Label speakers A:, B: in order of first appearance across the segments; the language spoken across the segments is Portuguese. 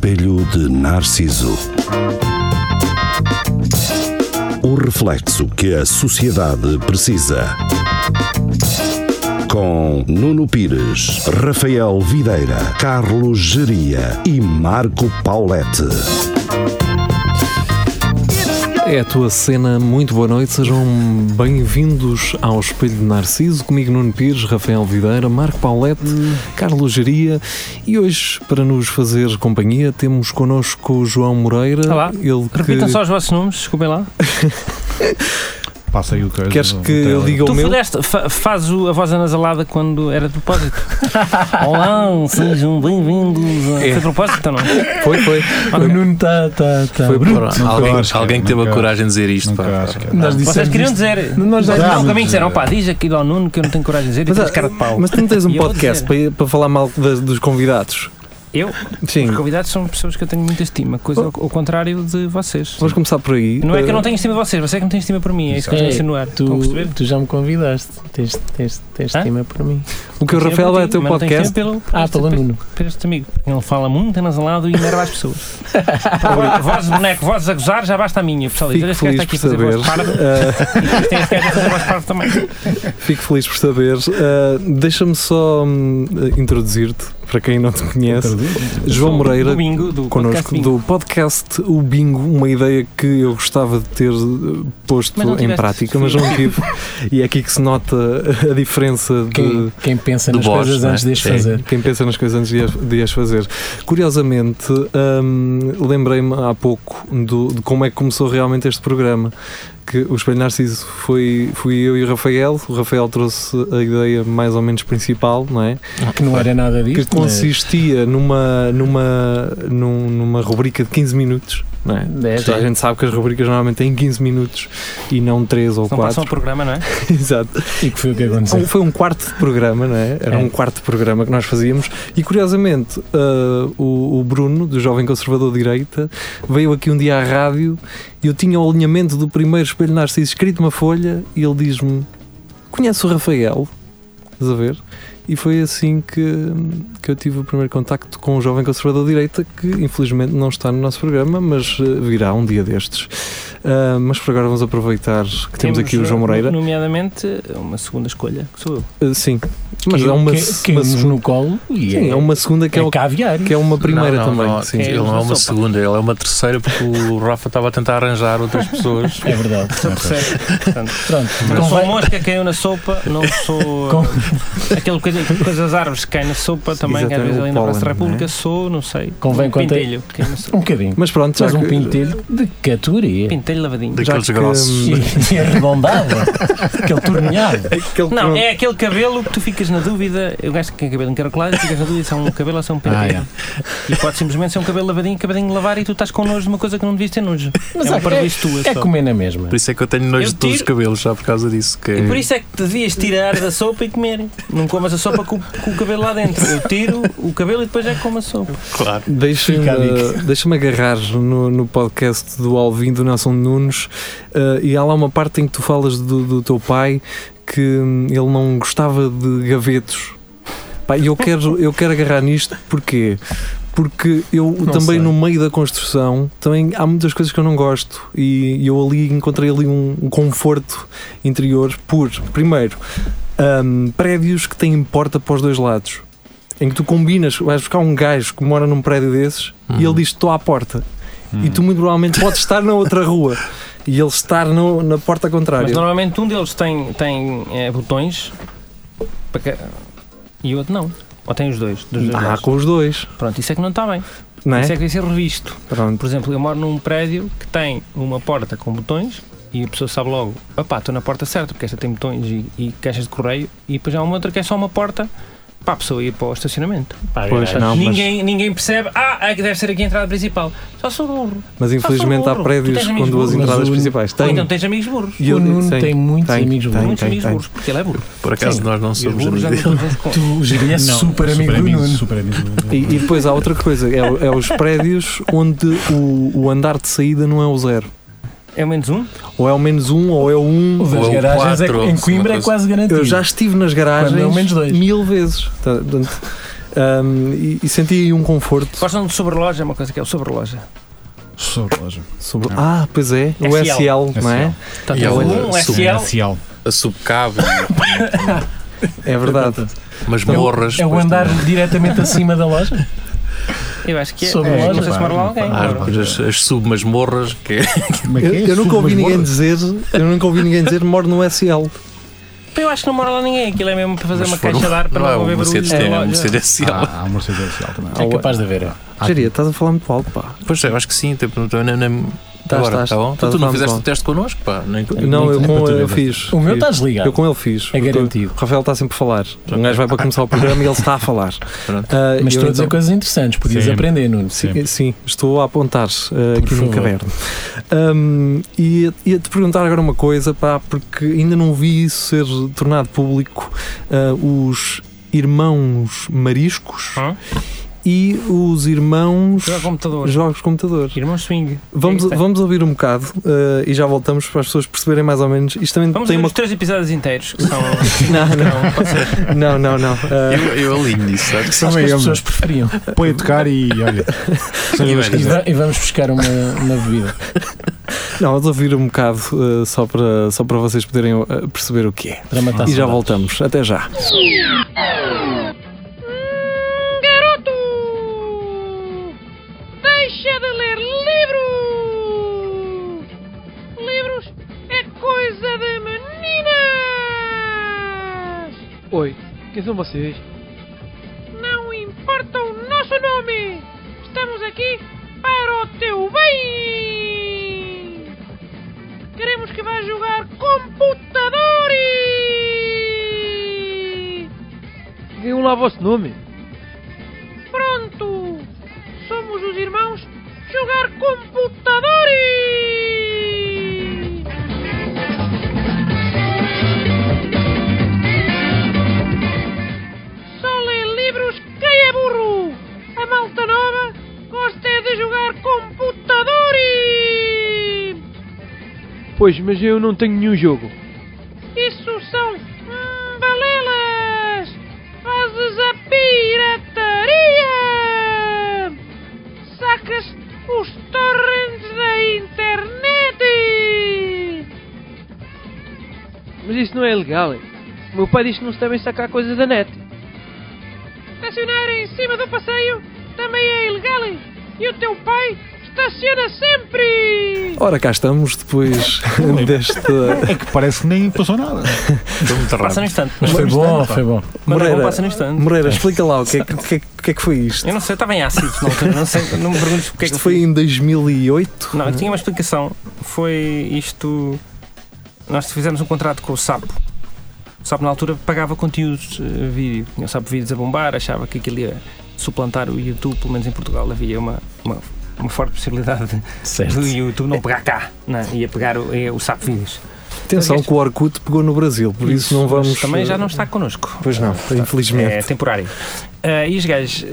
A: de Narciso. O reflexo que a sociedade precisa. Com Nuno Pires, Rafael Videira, Carlos Geria e Marco Paulette.
B: É a tua cena, muito boa noite, sejam bem-vindos ao Espelho de Narciso, comigo Nuno Pires, Rafael Videira, Marco Paulette, Carlos Geria e hoje, para nos fazer companhia, temos connosco o João Moreira.
C: Olá.
B: Ele que- É
C: Repitam só os vossos números, desculpem lá.
D: Passa aí o coisa.
B: Queres
D: no- no
B: que
D: tele.
B: liga o
C: tu
B: meu?
C: fudeste, fa- faz o- a voz anasalada quando era de propósito. Olá, sejam bem-vindos. a-
B: É.
C: Foi de propósito ou não?
B: Foi, foi.
C: Ok.
B: Nuno está, tá, tá. Foi por
E: Pronto, alguém,
D: acho que- é,
E: alguém que teve a
D: nunca-
E: coragem de dizer isto.
D: Nunca
E: pá.
D: acho que- é.
F: Nós
C: Vocês
F: dissemos
C: queriam
F: isto.
C: dizer.
F: Nós já
C: Não, é
D: dissemos.
C: também disseram, pá, diz aqui ao Nuno que eu não tenho coragem de dizer e
B: Mas,
C: tens
B: ah,
C: cara de pau.
B: Mas tu não tens um
C: E é. eu vou
B: podcast
C: dizer.
B: para, para falar mal das- dos convidados?
C: Eu?
B: Sim.
C: Os convidados são pessoas que eu tenho muita estima, coisa ao, ao contrário de vocês.
B: Vamos começar por aí.
C: Não é que eu não
B: Uh,
C: tenho estima de vocês, você é que não tem estima por mim, é isso que eu estou a
F: Ei,
C: insinuar. Estão a perceber?
F: Tu, tu já me convidaste. Tens, tens, tens
C: Hã?
F: tema para mim.
B: O que o
C: Tenho
B: Rafael
C: por
B: vai ao
C: ti,
B: teu
C: mas não tenho
B: podcast.
C: estima pelo, por
F: Ah,
C: este-
F: pelo Nuno.
C: para este amigo. Ele fala muito anasalado e enerva as pessoas. Agora, Vozes de boneco, vozes a gozar, já basta a minha. Pessoal,
B: Fico
C: dizer que
B: feliz
C: está aqui
B: por saber.
C: a fazer voz parva.
B: uh,
C: Este gajo está a fazer voz parva também.
B: fico feliz por saber. Uh, Deixa-me só hum, introduzir-te, para quem não te conhece. João Moreira,
C: Do bingo, do podcast
B: connosco,
C: bingo.
B: do podcast O Bingo, uma ideia que eu gostava de ter uh, posto
C: Mas não
B: em
C: tiveste.
B: prática, mas não tive. e é aqui que se nota a diferença de.
F: Quem, quem pensa
E: do
F: nas
E: boss,
F: coisas
E: não é?
F: antes de as
E: Sim.
F: fazer.
B: Quem pensa nas coisas antes de as, de as fazer. Curiosamente, hum, lembrei-me há pouco do- de como é que começou realmente este programa. Que o Espelho Narciso foi, fui eu e o Rafael. O Rafael trouxe a ideia mais ou menos principal, não é?
F: Que não era nada
B: Que
F: disto.
B: consistia numa, numa, num- numa rubrica de 15 minutos, não é?
F: né? É,
B: Toda a
F: é.
B: gente sabe que as rubricas normalmente têm 15 minutos e não 3 ou
C: Não
B: 4.
C: passam o programa, não é?
B: Exato.
F: E que foi o que aconteceu.
B: Então, Foi um quarto de programa, não é? Era
F: É.
B: um quarto de programa que nós fazíamos. E curiosamente, ah, o, o Bruno, do Jovem Conservador de Direita, veio aqui um dia à rádio e eu tinha o alinhamento do primeiro Espelho Narciso escrito uma folha e ele diz-me: Conhece o Rafael? Estás a ver? E foi assim que, que eu tive o primeiro contacto com o Jovem Conservador de Direita, que infelizmente não está no nosso programa, mas ah, virá um dia destes. Ah, mas por agora vamos aproveitar que temos, aqui o
C: um
B: João Moreira.
C: uh, Nomeadamente, uma segunda escolha, que sou eu.
B: Uh, Sim, mas
F: Que-
B: é uma,
F: que- que
B: uma
F: nos
B: segunda.
F: no colo e
B: Sim, é uma segunda que é,
F: é
B: o-
F: caviar.
B: que é uma primeira
E: Não, não,
B: também.
E: não,
B: sim.
E: Ele
C: É,
E: não é uma
C: sopa.
E: segunda, ele é uma terceira, porque o Rafa estava a tentar arranjar outras pessoas.
F: É verdade.
C: Só percebe. Portanto,
F: Pronto. então
C: não sou um
F: Convém-
C: mosca que caiu na sopa, não sou. uh,
F: Com-
C: Aquele coisa, coisa das árvores que cai na sopa também, que às
B: exatamente,
C: vezes
B: o
C: ali na Praça da
B: pólen,
C: República,
B: não é?
C: sou, não sei.
F: Convém
C: um
F: contar-
C: pintelho. que caiu na sopa.
F: Um bocadinho.
B: Mas pronto, já
F: Mas um
B: que-
F: pintelho de categoria.
C: Pintelho lavadinho.
E: Daqueles
B: que- hum,
E: grossos.
F: E, e arredondado. Aquele torneado.
B: aquele
C: Não,
B: que-
C: é aquele cabelo que tu ficas na dúvida. Eu gasto que tem cabelo encaracolado e ficas na dúvida se é um cabelo ou se é um pentelho.
F: Ah,
B: é.
C: E pode simplesmente ser um cabelo lavadinho, acabadinho de lavar e tu estás com nojo de uma coisa que não devias ter nojo.
F: Mas
C: é
F: há-
C: uma parvoíce tua
F: É
C: só.
F: comer na mesma.
E: Por isso é que eu tenho nojo
C: Eu
E: de todos os
C: tiro-
E: cabelos, já por causa disso. Que
C: E por isso é que te devias tirar da sopa e comer. Não comas a sopa com, com o cabelo lá dentro. Eu tiro o cabelo e depois é que como a sopa.
E: Claro.
B: Deixa-me
F: Fica a dica.
B: deixa agarrar no, no podcast do Alvin, do Nelson Nunes, eh, e há lá uma parte em que tu falas do, do teu pai que hum, ele não gostava de gavetos. Pá, e eu quero, eu quero agarrar nisto porquê? Porque eu também
F: sei.
B: no meio da construção também há muitas coisas que eu não gosto e eu ali encontrei ali um, um conforto interior por primeiro hum, prédios que têm porta para os dois lados em que tu combinas, vais buscar um gajo que mora num prédio desses e ele
E: Uhum.
B: diz estou à porta e
D: Hum.
B: tu muito provavelmente podes estar na outra rua e ele estar no- na porta
C: Mas
B: contrária.
C: normalmente um deles tem, tem eh, botões para cá- e o outro não. Ou tem os dois. Dos dois
B: ah,
C: lados.
B: com os dois,
C: Pronto, isso é que não está bem.
B: não é?
C: Isso é que devia ser revisto.
B: Pronto.
C: Por exemplo, eu moro num prédio que tem uma porta com botões e a pessoa sabe logo, opá, estou na porta certa, porque esta tem botões e, e caixas de correio, e depois há uma outra que é só uma porta para a pessoa ir para o estacionamento.
F: é,
B: Pois, não, mas-
C: ninguém, ninguém percebe, ah, é que deve ser aqui a entrada principal. Só sou burro.
B: Mas infelizmente há
C: burro.
B: prédios
C: Tu tens
B: com
C: amigos
B: duas
C: burros.
B: entradas
F: Mas o-
B: principais.
C: Ou então
B: Tenho.
C: tens amigos burros.
B: E
F: o
B: eu-
F: Nuno
B: tenho.
F: tem muitos
B: Tenho,
F: amigos
B: tenho.
F: bons.
C: Muitos amigos
B: tem.
C: burros, porque ele é burro.
E: Por acaso
F: Sim.
E: nós não
C: E os
E: somos
C: burros andam
E: amigos
C: todos
E: dele.
C: uns com-
F: Tu, Giri, é
D: Não,
F: super amigo do
D: amigo,
F: Nuno.
D: Super amigo do-
B: E, e depois há outra coisa, é, o- é os prédios onde o, o andar de saída não é o zero.
C: É o menos um?
B: Ou é o menos um, ou é o um.
F: O das
E: Ou é o
F: garagens é-
E: quatro,
F: em
E: ou
F: Coimbra é
E: uma coisa.
F: quase garantido.
B: Eu já estive nas garagens
F: Quando é o menos dois.
B: mil vezes. Portanto, Ahm, e, e senti aí um conforto
C: Gostam de sobreloja, é uma coisa que é o sobreloja.
D: Sobre loja.
B: sobre. Ah, pois é, o
C: SL,
B: SL, não é?
E: E
C: o
E: ela
C: um
E: sub-
C: SL.
D: Social.
E: a subcabe,
B: É verdade.
E: mas morras.
F: É o
E: depois
F: andar
E: também.
F: diretamente acima da loja?
C: Eu acho que é.
F: Sobre
C: é,
F: loja,
C: não sei se
D: pá.
C: mora lá alguém.
E: Ah, depois as, as submasmorras, que é
D: Como é que
B: Eu,
D: é?
B: eu nunca ouvi ninguém
D: Submasmorras?
B: dizer, eu nunca ouvi ninguém dizer moro no SL.
C: Pá, Eu acho que não mora lá ninguém. Aquilo é mesmo para fazer
E: mas
C: uma
E: foram-
C: caixa de ar para
E: não é
C: não
E: o
C: haver barulho.
E: Mercedes, tem, é o Mercedes SL.
D: Ah, há um Mercedes social também.
F: É capaz de haver. é.
D: Ah.
B: Geria, estás a falar muito alto, pá.
E: Pois é, eu acho que sim. Tipo, não, não, não,
B: Estás,
E: agora,
B: estás,
E: tá bom?
D: Então
B: estás
E: tu não
B: a falar muito
E: fizeste
B: bom.
E: o teste connosco, pá. Nem,
B: Não, eu
D: É para
B: com
D: tu
B: eu
D: ver.
B: fiz.
F: O meu
B: fiz.
F: tá está desligado.
B: Eu com ele fiz.
F: É
B: Eu-
F: garantido.
B: O Rafael está sempre a falar. Um gajo vai para começar o programa e ele está a falar.
E: Pronto.
B: Ah,
F: Mas
B: eu
F: estou a dizer
B: então-
F: coisas interessantes, podias
D: Sim.
F: aprender, Nuno.
D: Sim.
B: Sim, sim, estou a apontar eh,
F: Por
B: aqui no
F: favor.
B: caderno. Ahm, e ia te perguntar agora uma coisa, pá, porque ainda não vi isso ser tornado público. ah, os irmãos mariscos
C: Hã?
B: e os irmãos
C: Joga computador.
B: jogos de
F: É
B: computador.
C: Irmão swing.
B: Vamos,
C: Aí está.
B: vamos ouvir um bocado ah, e já voltamos para as pessoas perceberem mais ou menos. Isto também
C: Vamos
B: tem
C: ver
B: uma.
C: os três episódios inteiros que são.
B: Não,
C: não, pode ser.
B: não, não, não. Ah,
E: Eu, eu alinho nisso, sabes?
F: Acho que
D: Também
F: as
D: eu,
F: pessoas preferiam.
D: meu. Põe a tocar e olha.
E: E
D: Seja o que
E: vai
F: E,
D: quiser.
F: va- e vamos buscar uma, uma bebida.
B: não, vamos ouvir um bocado ah, só, para, só para vocês poderem ah, perceber o que é.
C: Tá
F: Para matar
B: E já
F: saudades.
B: voltamos. Até já.
G: Hum, garoto! Deixa de ler livros! Livros é coisa de meninas!
H: Oi, quem são vocês?
G: Não importa o nosso nome! Estamos aqui para o teu bem! Queremos que vás jogar computadores!
H: Digam lá o vosso um nome.
G: Pronto! Somos os irmãos jogar computadores! Só lê livros quem é burro! A malta nova gosta é de jogar computadores!
H: Pois, mas eu não tenho nenhum jogo.
G: Isso são hum, balelas! Fazes a pirataria! Sacas os torrents da internet!
H: Mas isso não é legal. hein? O meu pai diz que não se devem sacar coisas da net.
G: Estacionar em cima do passeio também é ilegal! E o teu pai estaciona sempre!
B: Ora, cá estamos depois deste.
D: É que parece que nem passou nada.
E: Estou
D: um
E: muito
C: Passa no
E: rápido.
C: instante.
F: Mas foi bom, foi bom.
C: Quando é bom,
B: Moreira,
C: passa no instante.
B: Moreira, explica lá o que é que, o que é que- o que é que foi isto.
C: Eu não sei, estava em ácido na altura, não sei, não me perguntes porque é
B: Isto
C: que eu fui.
B: foi em 2008.
C: Não, eu tinha uma explicação. Foi isto. Nós fizemos um contrato com o Sapo. O Sapo, na altura, pagava conteúdos eh, vídeo. Tinha o Sapo Vídeos a bombar, achava que aquilo ia suplantar o YouTube, pelo menos em Portugal havia uma, uma, uma forte possibilidade
F: Certo.
C: do YouTube não pegar cá. Não, é? ia pegar o, eh, o Sapo Vídeos.
B: Atenção que o Orkut pegou no Brasil, por isso, não
C: mas
B: vamos. eh,
C: Também já não está connosco.
B: Pois não, infelizmente.
C: É temporário. Ah, e os gajos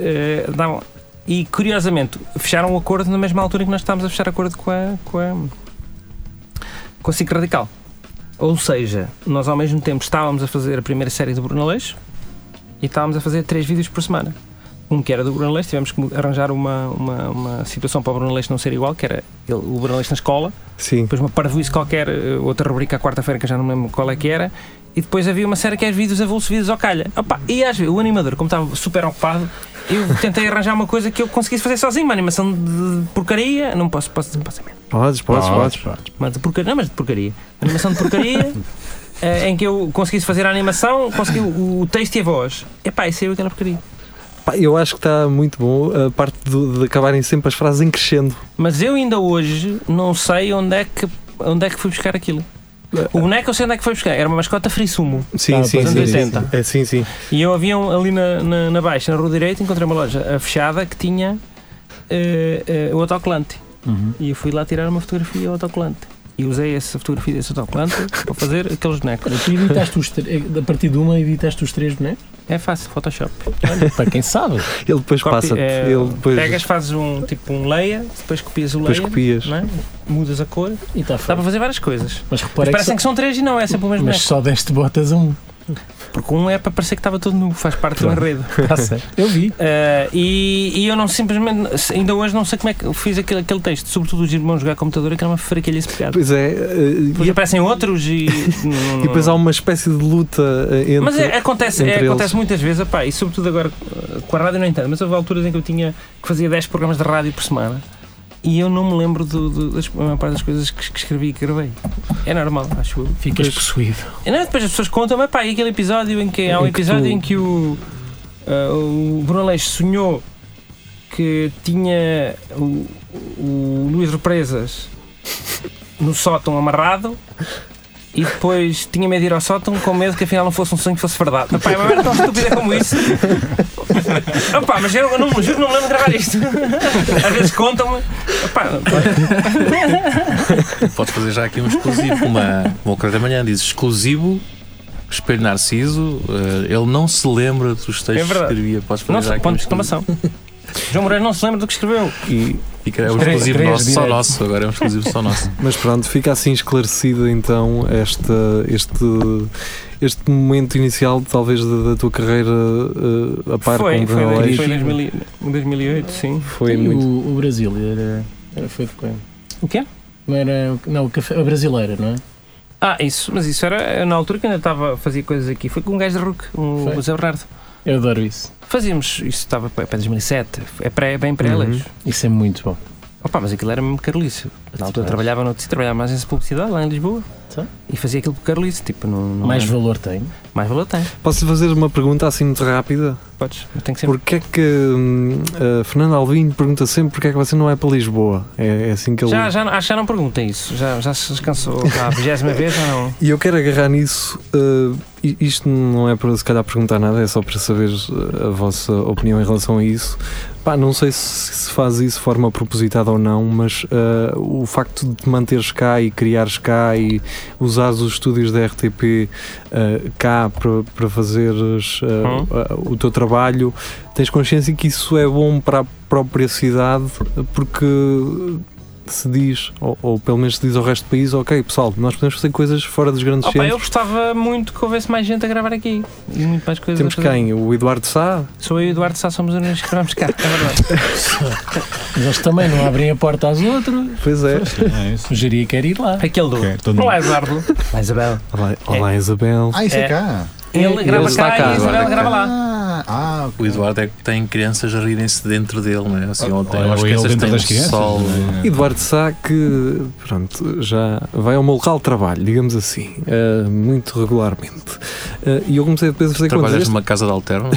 C: ah, davam- E curiosamente, fecharam o acordo na mesma altura em que nós estávamos a fechar acordo com a. com a. com a SIC Radical. Ou seja, nós ao mesmo tempo estávamos a fazer a primeira série do Bruno Leixo e estávamos a fazer três vídeos por semana. Um que era do Bruno Leixo, tivemos que arranjar uma, uma, uma situação para o Bruno Leixo não ser igual, que era ele- o Bruno Leixo na escola
B: Sim.
C: depois uma parvoíce qualquer, eh, outra rubrica à quarta-feira que eu já não me lembro qual é que era, e depois havia uma série que era vídeos avulsos, vídeos ao calha. Opa, e às vezes o animador, como estava super ocupado, eu tentei arranjar uma coisa que eu conseguisse fazer sozinho, uma animação de porcaria, não posso, posso, posso dizer merda,
B: Podes, podes, podes.
C: mas de porcaria, não, mas de porcaria, Uma animação de porcaria, eh, em que eu conseguisse fazer a animação, consegui o, o texto e a voz. Epá, e saiu aquela porcaria.
B: Pá, eu acho que está muito bom a parte do- de acabarem sempre as frases em crescendo.
C: Mas eu ainda hoje não sei onde é que, onde é que fui buscar aquilo. O boneco eu sei onde é que foi buscar, era uma mascota frisumo.
B: Sim,
F: Ah,
B: sim,
F: pois
B: sim,
C: é,
B: sim.
C: tenta.
B: É, sim, sim.
C: E eu havia um- ali na, na, na Baixa, na Rua Direita, encontrei uma loja a fechada que tinha eh, eh, o autocolante.
B: Uhum.
C: E eu fui lá tirar uma fotografia ao autocolante. E usei essa fotografia desse autocolante para fazer aqueles bonecos.
F: Tu editaste os tre- a partir de uma editaste os três bonecos?
C: É fácil, Photoshop.
F: Para quem sabe.
B: Ele depois
C: Copy-
B: passa-te.
C: eh,
B: Ele depois,
C: Pegas, fazes um tipo um layer, depois copias o
B: depois
C: layer,
B: copias.
C: não é? mudas a cor.
F: E está
C: Dá para
F: feito.
C: fazer várias coisas.
F: Mas repara
C: Mas
F: que, só,
C: parecem que são três e não, é sempre o mesmo
F: mas
C: boneco.
F: só deste botas a um.
C: Porque um é para parecer que estava todo nu, faz parte do enredo.
B: Tá
F: Está certo. Eu vi.
C: Eh, e, e eu não simplesmente, ainda hoje não sei como é que eu fiz aquele, aquele texto, sobretudo os irmãos jogar computador, aquela uma fraquilha esse pecado.
B: Pois é, eh,
C: Depois
B: e,
C: aparecem outros e. não-
B: e depois há uma espécie de luta eh, entre.
C: Mas é- acontece,
B: entre
C: é,
B: eles.
C: acontece muitas vezes, epá, e sobretudo agora eh, com a rádio não entendo, mas houve alturas em que eu tinha que fazia 10 programas de rádio por semana e eu não me lembro do, do- das, a maior parte das coisas que, que escrevi e que gravei. É normal, acho eu.
F: Ficas possuído.
C: E não, depois as pessoas contam, mas pá, e aquele episódio em que há um
F: Em que
C: episódio
F: tu-
C: em que o, ah, o Bruno Aleixo sonhou que tinha o, o Luís Represas no sótão amarrado e depois tinha medo de ir ao sótão com medo que afinal não fosse um sonho que fosse verdade. Epá, é uma merda tão estúpida como isso. Epá, mas eu, eu não, juro que não me lembro de gravar isto. Às vezes contam-me. Epá,
E: Podes fazer já aqui um exclusivo, uma, uma outra da manhã, dizes exclusivo. Espelho Narciso, eh, ele não se lembra dos textos
C: É verdade.
E: que escrevia. Podes fazer
C: não
E: já
C: sei,
E: aqui
C: ponto
E: um
C: de exclamação. João Moreira não se lembra do que escreveu.
E: E fica, é um
F: Três-
E: exclusivo
F: três
E: nosso, só
F: direto.
E: nosso. Agora é um exclusivo só nosso.
B: Mas pronto, fica assim esclarecido então esta, este, este momento inicial, talvez, da, da tua carreira eh, a par com
C: foi,
B: o
C: foi,
B: Bruno
C: foi,
B: Aleixo.
C: foi um em 2000 em 2008, sim.
B: Foi
F: E
B: muito.
F: o, o Brasil era, era- foi de quem?
C: O quê?
F: Não era. Não, o café, a brasileira, não é?
C: Ah, isso, mas isso era na altura que ainda estava a fazer coisas aqui. Foi com um gajo da RUC, um,
F: Foi.
C: o Zé Bernardo.
F: Eu adoro isso.
C: Fazíamos, isso estava para 2007, é pré, bem
B: Uhum.
C: pré eleições
F: Isso é muito bom.
C: Opa, mas aquilo era mesmo carolice. Na altura
F: Claro.
C: trabalhava no sítio, trabalhava mais em publicidade lá em Lisboa.
B: Tá.
F: Sim.
C: E fazia aquilo por carolice, tipo, não, não
F: Mais
C: era-
F: valor tem.
C: mais valor tem.
B: Posso fazer uma pergunta assim muito rápida?
C: Podes, mas tem que ser.
B: Porquê é que hum, a Fernando Alvim pergunta sempre porque é que você não é para Lisboa? É, é assim que ele.
C: Já, já, acho que já não perguntem isso, já, já se cansou já a vigésima vez já não?
B: E eu quero agarrar nisso. uh, i- isto não é para se calhar perguntar nada, é só para saber uh, a vossa opinião em relação a isso. Pá, não sei se, se faz isso de forma propositada ou não, mas uh, o facto de te manteres cá e criares cá e usares os estúdios da RTP uh, cá para, para fazeres uh,
C: Hum.
B: uh, o teu trabalho, tens consciência que isso é bom para a própria cidade, porque se diz, ou, ou pelo menos se diz ao resto do país, ok, pessoal, nós podemos fazer coisas fora dos grandes
C: Opa, eu
B: centros.
C: gostava muito que houvesse mais gente a gravar aqui. E muito mais coisas.
B: Temos
C: a fazer.
B: quem? O Eduardo Sá?
C: Sou eu e o Eduardo Sá somos os únicos que gravamos cá, é verdade.
F: Mas eles também não abrem a porta aos outros.
B: Pois é.
D: É isso.
F: O Jeria quer ir lá.
C: Aquele do.
D: Ok, todo mundo.
C: Olá, Eduardo. Olá, Isabel.
B: Olá, olá Isabel.
D: Ah, isso é,
C: É.
D: cá.
C: Ele grava
B: está
C: cá,
B: cá,
C: e a Isabel
E: Eduardo,
C: grava lá.
D: Ah, ah,
E: O Eduardo é que tem crianças a rirem-se dentro dele, não é? Assim, ou tem,
D: Ah, ou
E: as
D: ele
E: crianças
D: dentro
E: têm
D: das
E: um
D: crianças,
E: sol.
D: né?
B: Eduardo Sá que, pronto, já vai ao meu local de trabalho, digamos assim, uh, muito regularmente. Uh, e eu comecei depois a
D: é?
B: fazer contas.
E: Trabalhas
B: Este,
E: numa casa de alterno?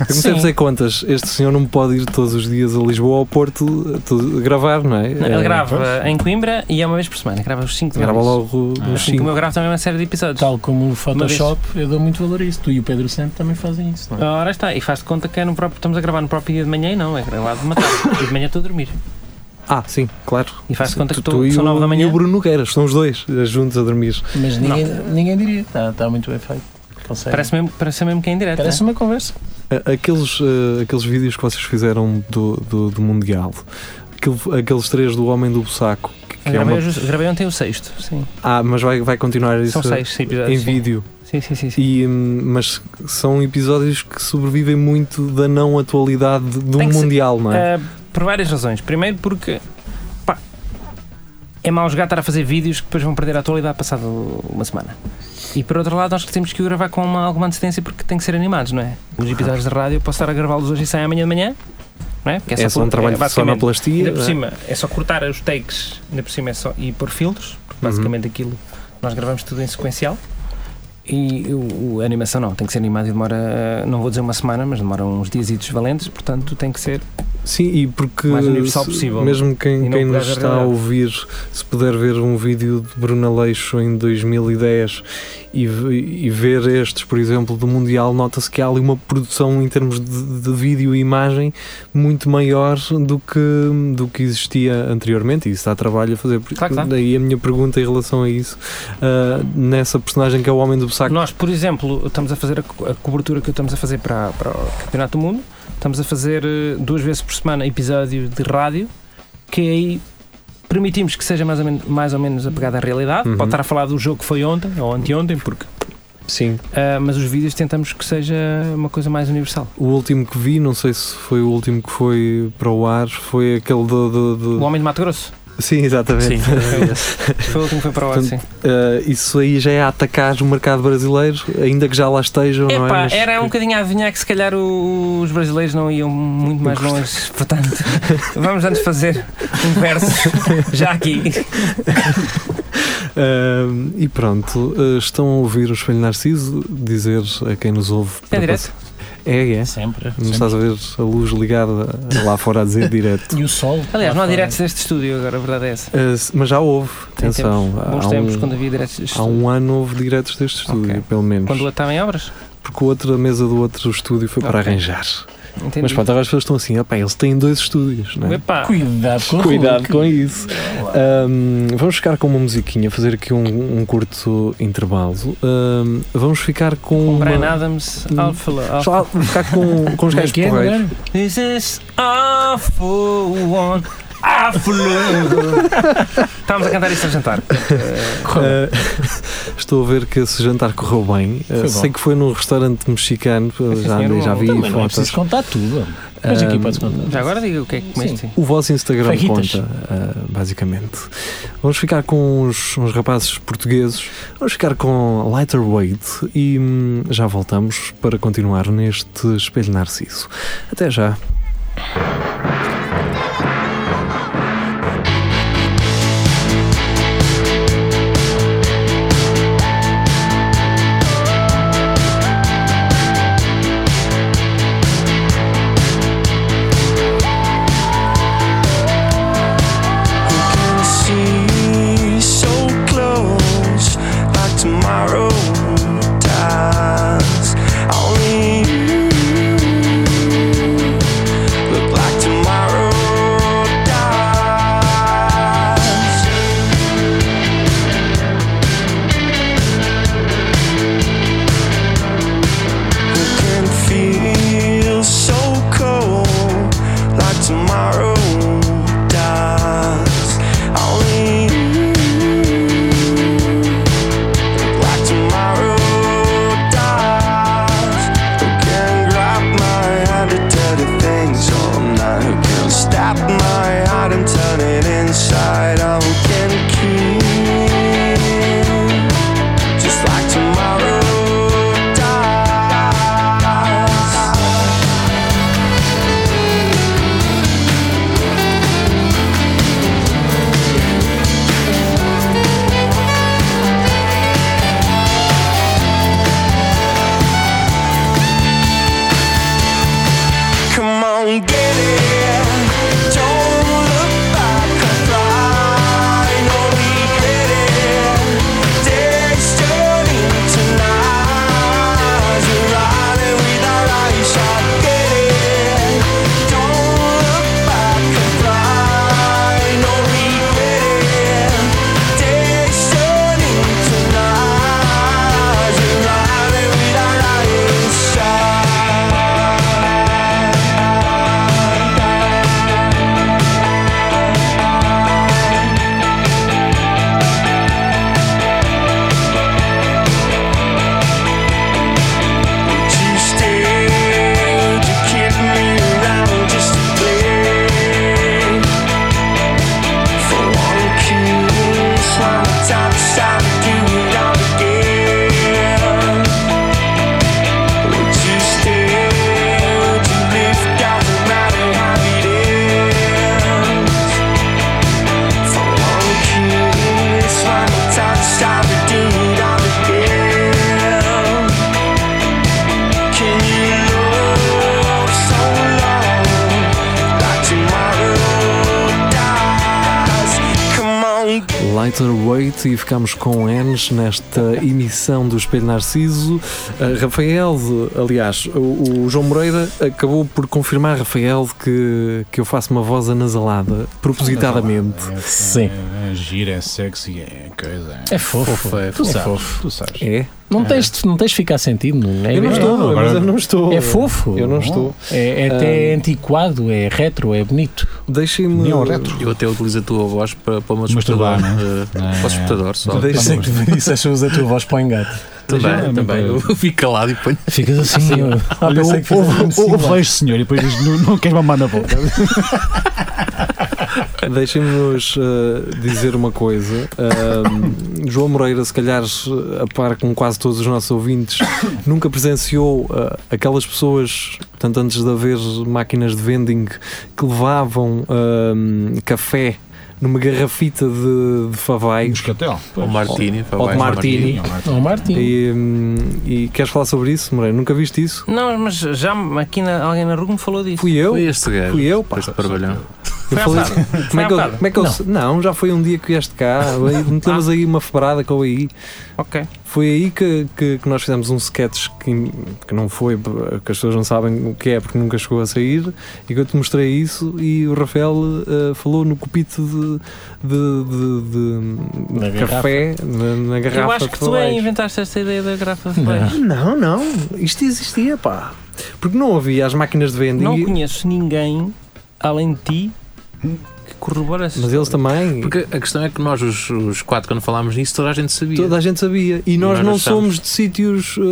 B: eu comecei a fazer contas. Este senhor não pode ir todos os dias a Lisboa ou ao Porto uh, tu- gravar, não é?
C: Ele
B: Uh,
C: grava em Coimbra e é uma vez por semana. Grava os 5
B: Grava logo Tá. nos
C: Assim como
B: 5.
C: eu gravo também uma série de episódios.
F: Tal como o Photoshop, eu dou muito valor a isso. Tu e o Pedro Santo também fazem isso, não é?
C: Ora está, e faz de conta que é no próprio, estamos a gravar no próprio dia de manhã e não, é gravado de matar. e de manhã estou a dormir.
B: Ah, sim, claro.
C: E faz de conta é que
B: Tu-
C: estou-
B: tu e
C: são
B: o-
C: nove da manhã.
B: E o Bruno Nogueira, estão os dois uh, juntos a dormir.
F: é? Mas ninguém, ninguém diria. Está tá muito bem feito. Consegue.
C: Parece mesmo, parece mesmo que é em direto.
F: Parece
C: né?
F: uma conversa.
B: A- Aqueles, eh, aqueles vídeos que vocês fizeram do, do, do Mundial, aquele- aqueles três do Homem do Bussaco, que, que é
C: gravei,
B: uma.
C: hoje- gravei ontem o sexto, sim.
B: Ah, mas vai, vai continuar isso é
C: São seis sim,
B: em
C: episódios. sim.
B: vídeo.
C: Sim, sim, sim. sim.
B: E, hum, mas são episódios que sobrevivem muito da não atualidade do
C: Tem que ser-
B: Mundial, não é?
C: Ah, por várias razões. Primeiro porque pá, é mau jogar estar a fazer vídeos que depois vão perder a atualidade passado uma semana. E por outro lado, nós temos que o gravar com uma- alguma antecedência porque tem que ser animados, não é? Os episódios de rádio eu posso estar a gravá-los hoje e saem amanhã de manhã, não é? Porque
B: É, só um
C: por-
B: trabalho de
C: basicamente-
B: sonoplastia.
C: Ainda por
B: não é?
C: cima, é só cortar os takes, ainda por cima é só e pôr filtros, porque
B: Uhum.
C: basicamente aquilo nós gravamos tudo em sequencial. E o, o- a animação não, tem que ser animado e demora, eh, não vou dizer uma semana, mas demora uns dias valentes, portanto tem que ser.
B: Sim, e porque
C: Mais universal
B: se-
C: possível.
B: mesmo
C: E
B: quem,
C: não
B: quem
C: pegar
B: nos
C: na
B: está a
C: realidade.
B: ouvir, se puder ver um vídeo de Bruno Aleixo em 2010 e, ve- e ver estes, por exemplo, do Mundial, nota-se que há ali uma produção em termos de, de vídeo e imagem muito maior do que, do que existia anteriormente, e isso dá trabalho a fazer. Por-
C: Claro que dá.
B: Daí a minha pergunta em relação a isso, ah, nessa personagem que é o Homem do Bussaco.
C: Nós, por exemplo, estamos a fazer a, co- a cobertura que estamos a fazer para, para o Campeonato do Mundo, estamos a fazer eh, duas vezes por semana episódio de rádio, que é aí permitimos que seja mais ou menos, mais ou menos apegado à realidade.
B: Uhum.
C: Pode estar a falar do jogo que foi ontem ou anteontem, porque
B: Sim.
C: Ah, mas os vídeos tentamos que seja uma coisa mais universal.
B: O último que vi, não sei se foi o último que foi para o ar, foi aquele do. do- do-
C: O Homem de Mato Grosso
B: Sim, exatamente.
E: Sim.
C: foi o último que foi para o ar, sim.
B: Uh, isso aí já é a atacar o mercado brasileiro, ainda que já lá estejam, não é?
C: Epá,
B: Mas-
C: era um bocadinho a adivinhar que se calhar o- os brasileiros não iam muito mais longe. Portanto, vamos antes fazer um verso já aqui.
B: Uh, e pronto, uh, estão a ouvir o Espelho Narciso dizer a quem nos ouve.
C: É direto?
B: É, é.
F: Sempre.
B: Não estás a ver a luz ligada lá fora a dizer direto.
F: E o sol.
C: Aliás,
F: lá
C: não
B: Ah,
C: há
F: fora.
C: diretos deste estúdio agora, a verdade é essa.
B: Uh, se- mas já houve, atenção.
C: Em tempos,
B: há,
C: bons tempos, quando
B: um,
C: havia diretos deste
B: há
C: estúdio.
B: um ano houve diretos deste estúdio,
C: Ok.
B: pelo menos.
C: Quando o outro estava em obras?
B: Porque a outra mesa do outro estúdio foi para
C: Ok.
B: arranjar.
C: Entendi.
B: Mas pronto, agora as pessoas estão assim, opá, eles têm dois estúdios, não é?
C: Epá,
F: Cuidado com o
B: Cuidado
F: Hulk.
B: com isso. Ahm, vamos ficar com uma musiquinha, fazer aqui um, um curto intervalo. Ahm, vamos ficar com.
C: o Brian
B: uma...
C: Adams,
B: Hum.
C: Alpha, Alpha.
B: Só- ficar com, com os
F: Como é
B: gajos
F: que é,
B: porreiros.
F: não é?
C: This is awful one. Awful. Estávamos a cantar isso a jantar.
B: Ah, estou a ver que esse jantar correu bem. Ah,
F: bom.
B: sei que foi num restaurante mexicano, ah, já,
C: senhor,
B: andei, já
C: bom.
B: vi
F: Também não é
B: fotos.
F: preciso contar tudo. Mas aqui
B: Ahm,
F: podes contar.
C: Já agora diga o que é que comeste.
B: O vosso Instagram
F: Fajitas.
B: conta, ah, basicamente. Vamos ficar com uns, uns rapazes portugueses. Vamos ficar com Lighter Weight e hum, já voltamos para continuar neste Espelho Narciso. Até já.
I: see so close, like tomorrow dies. Only you look like tomorrow dies. You can feel so cold, like tomorrow dies. Only you look like tomorrow dies. Who can grab my hand and turn the things all night? Who can stab my heart and turn it inside? out? Who can keep? just like tomorrow dies. Come on, get it. Don't look back or fly. No regretting. Destiny tonight. We're riding with our eyes shut. Get it. Don't look back or fly. No regretting. Destiny tonight. We're riding with our eyes shut. you stayed, you kept me around just to play for one kiss. One time, time to do it all again. Would you stay? Would you live? Doesn't matter how it ends. For one kiss, one time, time to do it all again. Can you love so long that tomorrow dies? Come on,
B: Lighter Weight e ficamos com Enes nesta emissão do Espelho Narciso. Ah, Rafael, aliás, o, o João Moreira acabou por confirmar, Rafael, que, que eu faço uma voz anasalada, propositadamente.
D: É, é,
F: Sim.
D: É, é gira, é sexy, é coisa.
F: É fofo.
E: Foi-
F: Tu
D: é
F: sabes.
D: fofo, tu sabes.
B: É?
F: Não tens, não tens de ficar sentido, não é?
B: Eu não
F: É-
B: estou,
D: agora-
B: mas eu não estou.
F: É fofo.
B: Eu não estou.
F: É, é até antiquado, é retro, é bonito.
B: Deixem-me.
D: Neon retro.
E: Eu até utilizo a tua voz para, para o meu
D: Mas tu
E: espectador.
D: dá, não é,
E: eh, Para o espectador só.
D: Deixa-
F: Isso é que tu disseste usar a tua voz para o engate.
E: Também,
F: não,
E: também.
F: não,
E: Eu fico calado e ponho.
F: Ficas assim. eu-
D: Olha,
F: pensei que fizesse um
D: ouve,
F: similar.
D: ouve, vejo, senhor, e depois diz: não, não queres mamar na boca.
B: Deixem-nos eh, dizer uma coisa. Ahm, João Moreira, se calhar, eh, a par com quase todos os nossos ouvintes, nunca presenciou eh, aquelas pessoas, tanto antes de haver máquinas de vending, que levavam ahm, café numa garrafita de, de
E: um
B: favais
D: Moscatel.
E: O Martini, pá,
B: ou de
E: vai,
B: Martini.
E: um
F: Não, Martim.
B: E, hum, e queres falar sobre isso, Moreira? Nunca viste isso?
C: Não, mas já aqui na- alguém na rua me falou disso.
B: Fui eu?
E: Foi este gajo.
B: Fui eu, pá.
E: Este barbalhão.
B: Eu
C: Foi à
B: falei-
C: tarde.
B: Como é que eu,
C: Foi à
B: como é que eu se- não. já foi um dia que vieste cá, aí metemos aí uma febrada com aí.
C: Ok.
B: Foi aí que, que, que nós fizemos um sketch que, que não foi, que as pessoas não sabem o que é porque nunca chegou a sair, e que eu te mostrei isso e o Rafael eh, falou no copito de, de, de- de-
F: Na
B: de café, na, na garrafa.
C: Eu acho que
B: de
C: tu é
B: Fabeis.
C: que inventaste esta ideia da garrafa de peixe.
B: Não, não, isto existia, pá. Porque não havia as máquinas de vending,
C: Não
B: e-
C: conheço ninguém, além de ti, que corrobora essa
B: mas
C: história.
B: eles também.
E: Porque a questão é que nós, os, os quatro, quando falámos nisso, toda a gente sabia.
B: Toda a gente sabia. E nós
E: nós
B: não
E: achamos.
B: somos de sítios, eh,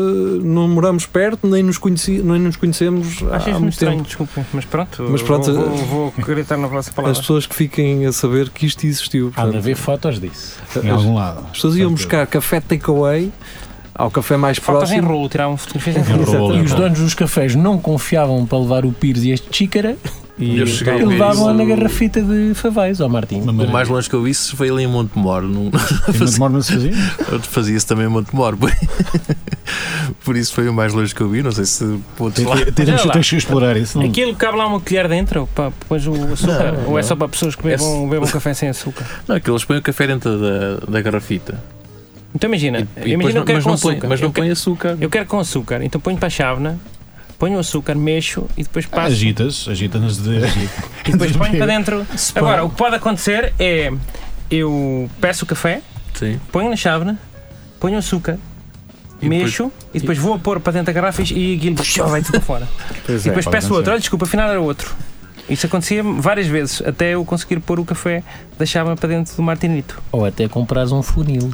B: não moramos perto, nem nos, conheci, nem nos conhecemos há
C: Achas-me
B: muito
C: estranho,
B: tempo.
C: desculpa. Mas pronto,
B: Mas pronto,
C: vou, vou, vou gritar na próxima
B: As
C: palavra.
B: pessoas que fiquem a saber que isto existiu.
F: Há de
B: portanto,
F: haver fotos disso.
D: Em
B: as,
E: um
D: algum lado.
B: as pessoas iam buscar café takeaway ao café mais
C: Fotos em
B: próximo.
C: rolo, tiravam fotografias em rolo.
D: Enrolou,
F: E os
D: então.
F: donos dos cafés não confiavam para levar o Pires e este xícara
E: E eu cheguei a
F: e
E: ver isso.
F: levavam-a na garrafita de favais, ao Martim.
D: Uma
E: O mais é
D: maravilha.
E: longe que eu vi isso foi ali em Montemor. Num...
D: E não demora nesse sozinho.
E: Fazia-se também em Montemor. Por... por isso foi o mais longe que eu vi. Não sei se outros lá.
D: Tem- tem- Temos
C: Olha
D: temos que explorar isso. não-
C: Aquilo cabe lá uma colher dentro, pá, depois o açúcar.
E: Não,
C: Ou é
E: não.
C: só para pessoas que bebam,
E: Esse-
C: bebam um café sem açúcar?
E: Não, aquilo eles põem o café dentro da, da garrafita.
C: Então imagina,
E: E- e depois
C: imagina
E: não-
C: eu quero
E: mas
C: com
E: não põe,
C: açúcar.
E: mas não
C: eu, que-
E: põe açúcar.
C: eu quero com açúcar, então ponho para a chávena, ponho o açúcar, mexo e depois
E: Ah, é
C: passo.
D: Agitas, agitas-nas de. É
C: e depois ponho para dentro. Agora, o que pode acontecer é eu peço o café,
E: Sim.
C: ponho na chávena, ponho o açúcar.
E: E depois-
C: mexo e depois vou a pôr para dentro da garrafa e aquilo puxa, vai tudo para fora. e
B: é.
C: depois
D: pode
C: peço outro,
D: acontecer.
C: olha, desculpa, afinal era outro. Isso acontecia várias vezes, até eu conseguir pôr o café da chávena para dentro do martinito.
F: Ou até comprares um funil.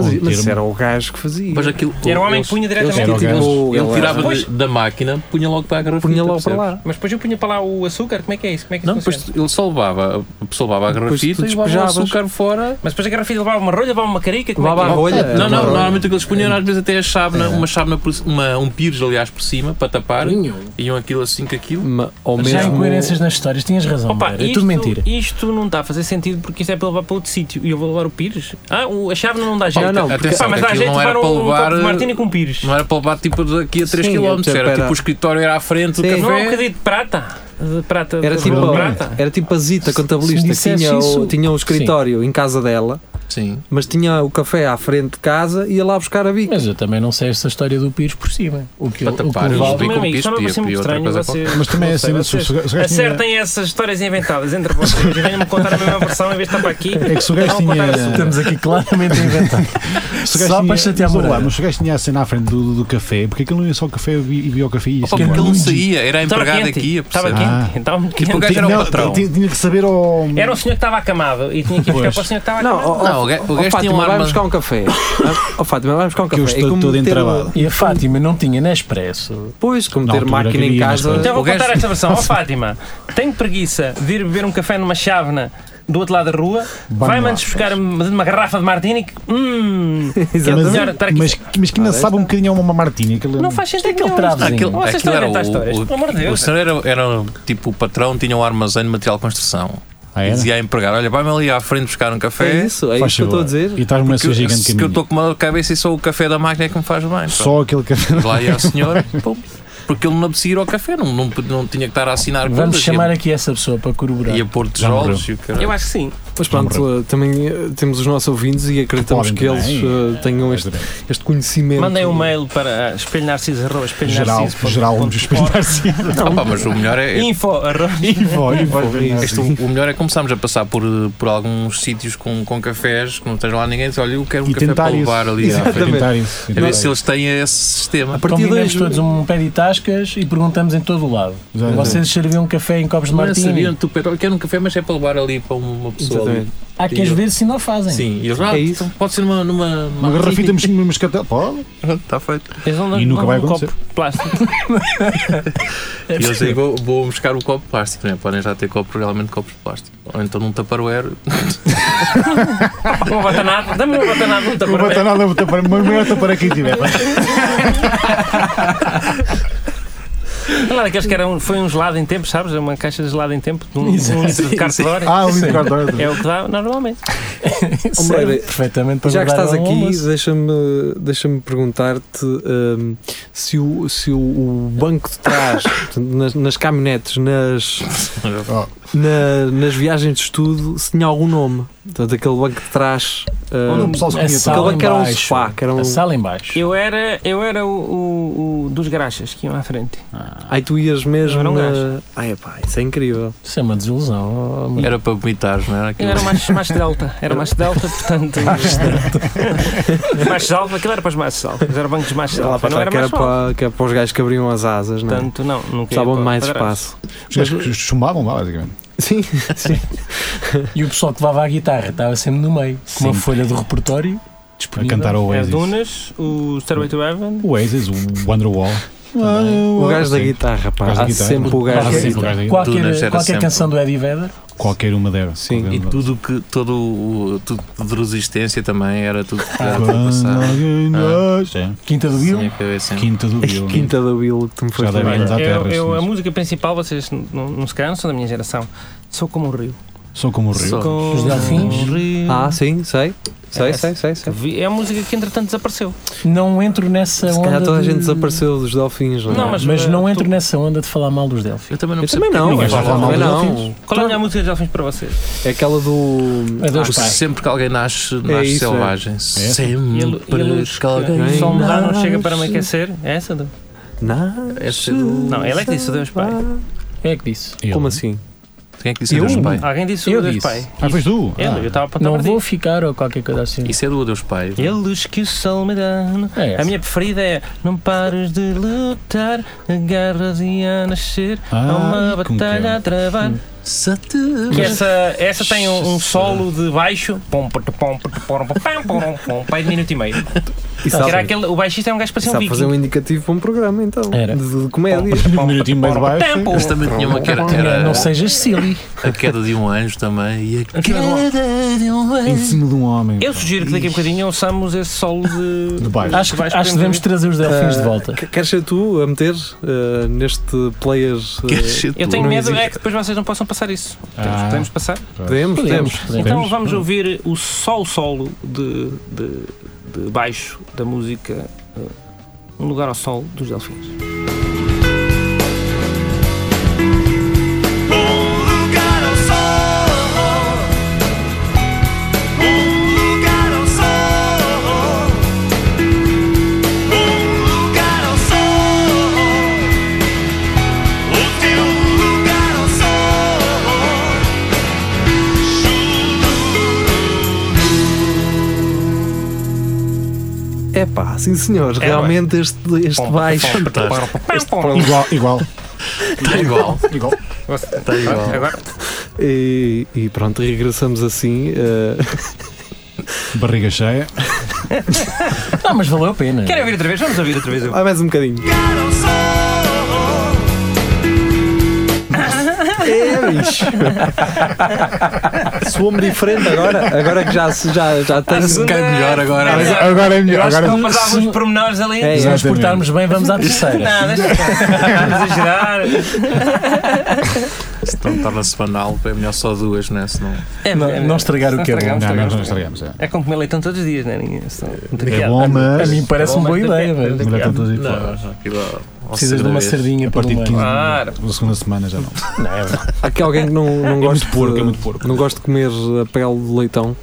B: Mas, mas
D: Termo.
B: era o gajo que fazia.
E: Mas aquilo,
C: Era um homem
E: eles-
C: que punha diretamente.
F: eles-
B: Tipo,
E: Ele tirava
C: Pois.
E: de- da máquina, punha logo para a garrafita.
B: punha logo para
E: percebes?
B: lá.
C: Mas depois eu punha para lá o açúcar, como é que é isso? Como é que
E: Não,
C: isso funciona?
E: depois tu- ele só levava, a pessoa levava a
B: Depois
E: garrafita
B: tu
E: e levava o
B: despejavas.
E: açúcar fora.
C: Mas depois a garrafinha levava uma rolha, levava uma carica, como
B: Levava
C: é
B: a
C: que é?
B: rolha. É.
E: Não, não,
B: Levava-
E: normalmente o que eles punham às vezes até a chávena, uma chávena, por- uma, um pires, aliás, por cima, para tapar, iam aquilo assim com aquilo.
B: Ma- Ou
F: Já há
B: mesmo.
F: incoerências nas histórias, tinhas razão.
C: Opa,
F: Mário, é
C: isto,
F: tudo mentira.
C: isto não está a fazer sentido porque isto é para levar para outro sítio e eu vou levar o pires. Ah, o, a chave não dá jeito.
B: não,
C: Pá,
E: porque-
C: mas dá
E: aquilo
C: jeito
E: não
C: de levar
E: era para
C: um
E: levar-
C: copo de martini com pires.
E: Não era para levar tipo daqui a 3
B: Sim,
E: km,
B: é,
E: era
B: era-
E: tipo o escritório era à frente, o
B: Sim.
E: café.
C: Não é um bocadinho de prata? De prata
B: Era
C: de
B: tipo,
C: de
B: a-
C: prata?
B: era tipo a Zita
F: Se
B: contabilista
F: me
B: que
F: dissesse
B: tinha, o,
F: isso-
B: tinha um escritório em casa dela,
E: Sim.
B: mas tinha o café à frente de casa e ia lá buscar a bica.
F: Mas eu também não sei esta história do Pires por cima. O que,
E: Para
F: o que
E: tapar,
F: levava-
E: eles
C: Meu
E: com
C: amigo,
E: pires,
C: só me
E: podia-
C: parece muito
E: podia outra
C: estranho
E: coisa
C: vocês-
D: Mas também é
C: não
D: assim,
C: sei,
D: se- se-
C: vocês
D: se- se- se- se-
C: Acertem essas histórias inventadas entre vocês e venham-me contar a mesma versão em vez de estar para aqui.
D: É que se o gajo
C: Vão contar assim. a
D: tinha-
C: sua.
F: Estamos aqui claramente a inventar.
D: Se o gajo
F: Só
D: tinha-
F: para chatear
D: mas vamos lá,
F: Moreira.
D: Mas se o gajo tinha a cena à frente do, do, do café, porque aquilo não ia só o café e vi- e via o café e isso. é
E: Opa, porque ele não
F: Luigi.
E: saía, era
C: Estava
E: empregado
C: quente,
E: aqui, a
C: Estava
E: perceber?
D: Ah.
C: quente. Estava muito
E: Tipo,
C: quente.
E: o gajo era o
D: Não,
E: patrão.
D: Tinha, tinha que saber ao.
C: Era um senhor que estava acamado e tinha que ir buscar para o senhor que estava
B: Não,
C: acamado.
B: ó,
E: Não,
B: ó,
E: o ga- o
B: ó,
E: gajo
B: Fátima,
E: tinha uma
B: vai
E: arma-
B: buscar um café. Ó, Ó Fátima, vai buscar um café.
D: eu
B: é
D: estou
B: como
D: todo
B: ter,
D: entravado.
F: E a Fátima não tinha Nespresso.
B: Pois, como
D: Na
B: ter
D: altura
B: máquina em
D: havia, mas
B: casa.
D: pronto.
C: Então vou
E: O gajo-
C: contar esta versão. Ó Fátima, tenho preguiça de ir beber um café numa chávena do outro lado da rua. Vai-me antes buscar uma uma garrafa de martini que. Hum, que é
D: Então, Mas,
C: melhor estar aqui.
D: mas, mas
E: Ah,
D: que ainda
E: é
D: sabe um bocadinho a uma é martini. Aquele...
C: não faz sentido nenhum.
F: travozinho.
E: Aquilo,
C: Vocês
E: aquilo
C: estão a
E: era
C: inventar histórias,
E: o,
C: pelo amor de
E: o, o
C: Deus.
E: senhor era, era tipo o patrão, tinha um armazém de material de construção.
D: Ah,
E: E
D: era?
E: dizia a empregado: Olha, vai-me ali à frente buscar um
B: É
E: café.
B: isso, é
D: Faz
B: isso que eu estou a
D: favor.
B: dizer.
D: E estás uma
E: Que, eu-
D: sua gigante
E: que eu estou
D: caminho.
E: com uma dor de cabeça e só o café da máquina é que me faz bem. pá.
D: Só aquele café.
E: Lá ia a senhora, pô, porque ele não precisa ir ao café, não, não, não tinha que estar a assinar
F: Vamos
E: coisas,
F: chamar
E: ia,
F: aqui essa pessoa para corroborar.
E: ia pôr tijolos e o caralho.
C: Eu acho que sim.
B: Mas pronto, eh, também eh, temos os nossos ouvintes e acreditamos
D: Podem
B: que eles
D: também.
B: eh, tenham este,
D: Bem,
B: este conhecimento.
C: Mandem um mail para espelhnarciso.com.
D: Geral, geral, vamos experimentar sim.
E: Ah, pá, mas o melhor é, é-
C: Info. arroba-
D: Info, info.
E: este-
B: um
E: o melhor é começarmos a passar por, por alguns sítios com, com cafés que não tens lá ninguém e diz, olha, eu quero um
D: E
E: café para
D: tentar isso.
E: levar ali à
D: Exatamente.
E: frente.
D: Tentar é,
B: É
D: isso.
E: A ver se eles têm esse sistema.
B: partir de
F: Combinamos
B: hoje-
F: todos um pé de tascas e perguntamos em todo o lado.
B: assim,
D: Exatamente.
F: Vocês serviam café em copos de
E: Não
F: martini?
E: sabiam, tu, Pedro, olha, quero um café, mas é para levar é ali para uma
B: Exatamente.
E: pessoa
F: Há que às
E: Eu-
F: vezes sim não fazem.
E: Sim, e eu, ah,
B: É isso.
E: então pode ser numa. numa,
D: Uma garrafita mas- mas mascatel. Pode?
E: Está feito.
C: Eles não
D: E nunca
C: não
D: vai
C: dão um
D: acontecer.
C: Copo de plástico.
E: E eu sei, vou, vou buscar o copo de plástico, né? Podem já ter copo, realmente copos de plástico. Ou então num Tupperware.
C: Uma batanada, dá-me uma batanada, não
D: Não bota nada, vou tapar. Mas melhor tapar aqui tiver.
C: Claro, aqueles que era um, foi um gelado em tempo, sabes? Uma caixa de gelado em tempo, de um, de um litro de carta de hora.
D: Ah, o único cartão.
B: um
C: É o que dá normalmente.
F: Serve
B: Moreira,
F: perfeitamente para
B: Já que
F: guardar
B: estás
F: um
B: aqui,
F: almoço.
B: deixa-me deixa perguntar-te hum, se, o, se o, o banco de trás, portanto, nas, nas caminhonetes, nas, na- nas viagens de estudo, se tinha algum nome. Portanto, aquele banco de trás.
D: Onde o
B: hum,
D: pessoal se
F: a
D: conhece.
F: sala
B: aquele
F: em
B: banco que era um
F: baixo.
B: sofá. Que era um,
F: A sala em baixo.
C: Eu era, eu era o, o- o dos graxas que iam à frente.
D: Ah,
B: aí tu ias mesmo.
C: Eu era um
B: Na...
C: gajo.
B: Ai, epá, isso é incrível.
F: Isso é uma desilusão. oh,
E: Era para vomitar, não era?
C: Eu
E: Aquilo.
C: era mais, mais delta, era mais delta, portanto. mais alfa, aquilo era para os mais alfas, era bancos mais
B: Lá
C: alfa,
B: para trás,
C: não era
B: que, era
C: mais alfa.
B: para, que era para os gajos que abriam as asas, não é?
C: Portanto, não, nunca ia
B: Precisavam de
C: para-
B: mais
C: para trás.
B: espaço.
D: Os gajos que chumbavam lá, basicamente.
B: Sim, sim.
F: E o pessoal que levava a guitarra estava sempre no meio, com uma
D: Sim.
F: folha de repertório
D: A
F: disponível.
D: cantar o
C: É
D: Oasis.
C: Dunas, o Stairway to Heaven.
D: O Oasis, o Wonderwall.
B: O gajo da
D: Sim.
B: guitarra, pá.
D: O gajo da
B: Há
D: guitarra. Ah,
B: sempre o gajo
F: Há
B: da
F: sempre
B: guitarra.
D: gajo da guitarra.
E: Dunas
F: Qualquer,
E: era
F: qualquer
E: sempre.
F: canção do Eddie Vedder,
D: Qualquer uma dera.
B: Sim,
E: E tudo que. Todo o. Tudo de resistência também era tudo que
B: é
E: era tudo passado.
F: Quinta do Bill,
E: Tinha que haver sempre.
D: Quinta do Bill.
B: Ah.
D: né?
B: Quinta da Will que tu me foste
D: deve
B: lembrar.
D: Mas há
C: Eu,
D: terras,
C: eu- é, a
D: mas-
C: música principal, vocês n- não não se cansam da minha geração, sou como o rio.
D: São como o
E: Só.
D: Rio.
C: Com
F: Os delfins?
C: o rio.
B: Ah, sim, sei. Sei, sei, sei, sei.
C: Vi- É a música que entretanto desapareceu.
F: não entro
C: é
F: nessa
B: Se
F: onda.
B: calhar toda a
F: de-
B: gente desapareceu dos Delfins, não é?
C: Não,
F: Mas,
C: mas-
F: não
C: eh,
F: entro
C: tu-
F: nessa onda de falar mal dos Delfins.
E: Ah, Eu também não
B: Eu
E: percebo.
B: também não,
D: ninguém fala mal
B: também
D: dos
B: não.
C: Qual é a melhor música dos delfins para vocês?
B: É aquela do.
F: A dois
E: porque
F: pais.
E: Sempre que alguém nasce, nasce
B: isso, é.
E: selvagem. Sempre
C: E a, lu- e a luz
E: que
C: que é.
E: alguém.
C: o sol me dá não
B: nasce.
C: chega para me aquecer? É essa? Do...
B: Nasce.
C: Não, ele é que disse o Deus Pai.
F: É que disse.
B: Como assim?
E: Quem é que disse
B: Eu?
E: Adeus Pai?
C: Alguém disse
F: Eu
C: o Deus
F: disse.
C: Pai.
D: Ah, pois tu?
B: É,
C: Ele, eu estava a apontar
F: Não
C: para
F: vou
C: ti.
F: ficar ou qualquer coisa assim.
E: Isso é do Adeus Pai.
C: E a luz que o sol me dá.
F: É essa.
C: A minha preferida é Não pares de lutar, agarras e a nascer, há É uma
D: Ah, como que
C: batalha
D: é?
C: a
F: Hum.
C: travar.
E: Se te-
C: Que essa, essa tem um, um solo de baixo. Pom, pom, pom, pom, pom, pom, pom, pom, pá, de minuto e meio.
B: E
C: Que era
B: sabe,
C: aquele, o baixista é um gajo para ser um
B: Tá sabe fazer
C: viking.
B: um indicativo para um programa, então.
F: Era.
B: De, de comédia.
D: Um minutinho mais baixo.
C: Tempo.
E: Mas também tinha uma que era,
F: Não,
E: era
F: Não sejas silly.
E: a queda de um anjo também. E a
C: queda de um
E: queda
B: é
E: de um
D: Em cima de um homem.
C: Eu Ah, sugiro que daqui a bocadinho ouçamos esse solo de.
D: De baixo.
F: Acho que,
C: Vais
F: acho que
C: para
F: devemos
C: mim.
F: trazer os delfins de volta.
B: Ah, Que- Queres ser tu a meter eh, neste player? eh,
C: Eu tenho
B: Não
C: medo é
B: existe.
C: que depois vocês não possam passar isso.
D: Ah.
C: Temos- Podemos passar?
B: podemos, podemos.
C: Então
D: Podemos.
C: vamos ouvir o só o solo de, de, de baixo da música eh, Um Lugar ao Sol dos Delfins.
B: É pá, sim senhores,
C: É,
B: realmente este, este baixo.
D: Igual, igual.
E: Está igual.
D: igual.
E: Está igual.
C: Agora,
B: E, e pronto, regressamos assim. eh,
D: Barriga cheia.
F: Ah, mas valeu a pena.
C: querem ouvir outra vez? Vamos ouvir outra vez.
B: há mais um bocadinho. É, bicho. Soou-me diferente agora. Agora que já, se- já, já tenho.
E: Cai um melhor agora. né?
D: Mas Agora é melhor. Agora
C: Mas há alguns pormenores ali.
B: É,
F: Se
B: é.
F: nos portarmos bem, vamos à terceira.
C: Não, deixa estar. Vamos exagerar.
E: Então torna-se banal. É melhor só duas, né? Senão.
C: É,
F: Não-
C: é,
F: não estragar o que é bom.
C: estragamos,
D: Não,
C: estragamos.
D: nós não estragamos. É
C: É como comer leitão todos os dias, não é? Ninguém- não tem
D: É
C: piada.
D: bom,
F: A
D: mas.
F: mim parece uma boa ideia, velho.
D: Melhor que todos e
E: Não,
D: fora.
E: não, aquilo. ao
F: Precisas
E: ser
F: de
E: da
F: uma
E: vez.
F: sardinha
D: A
F: para
D: partir de 15
F: meio.
C: Claro.
D: na segunda semana já não.
F: Não, é verdade.
B: Há aqui alguém que não, não gosta.
D: muito porco,
B: de,
D: é muito porco.
B: Não gosta de comer a pele de leitão.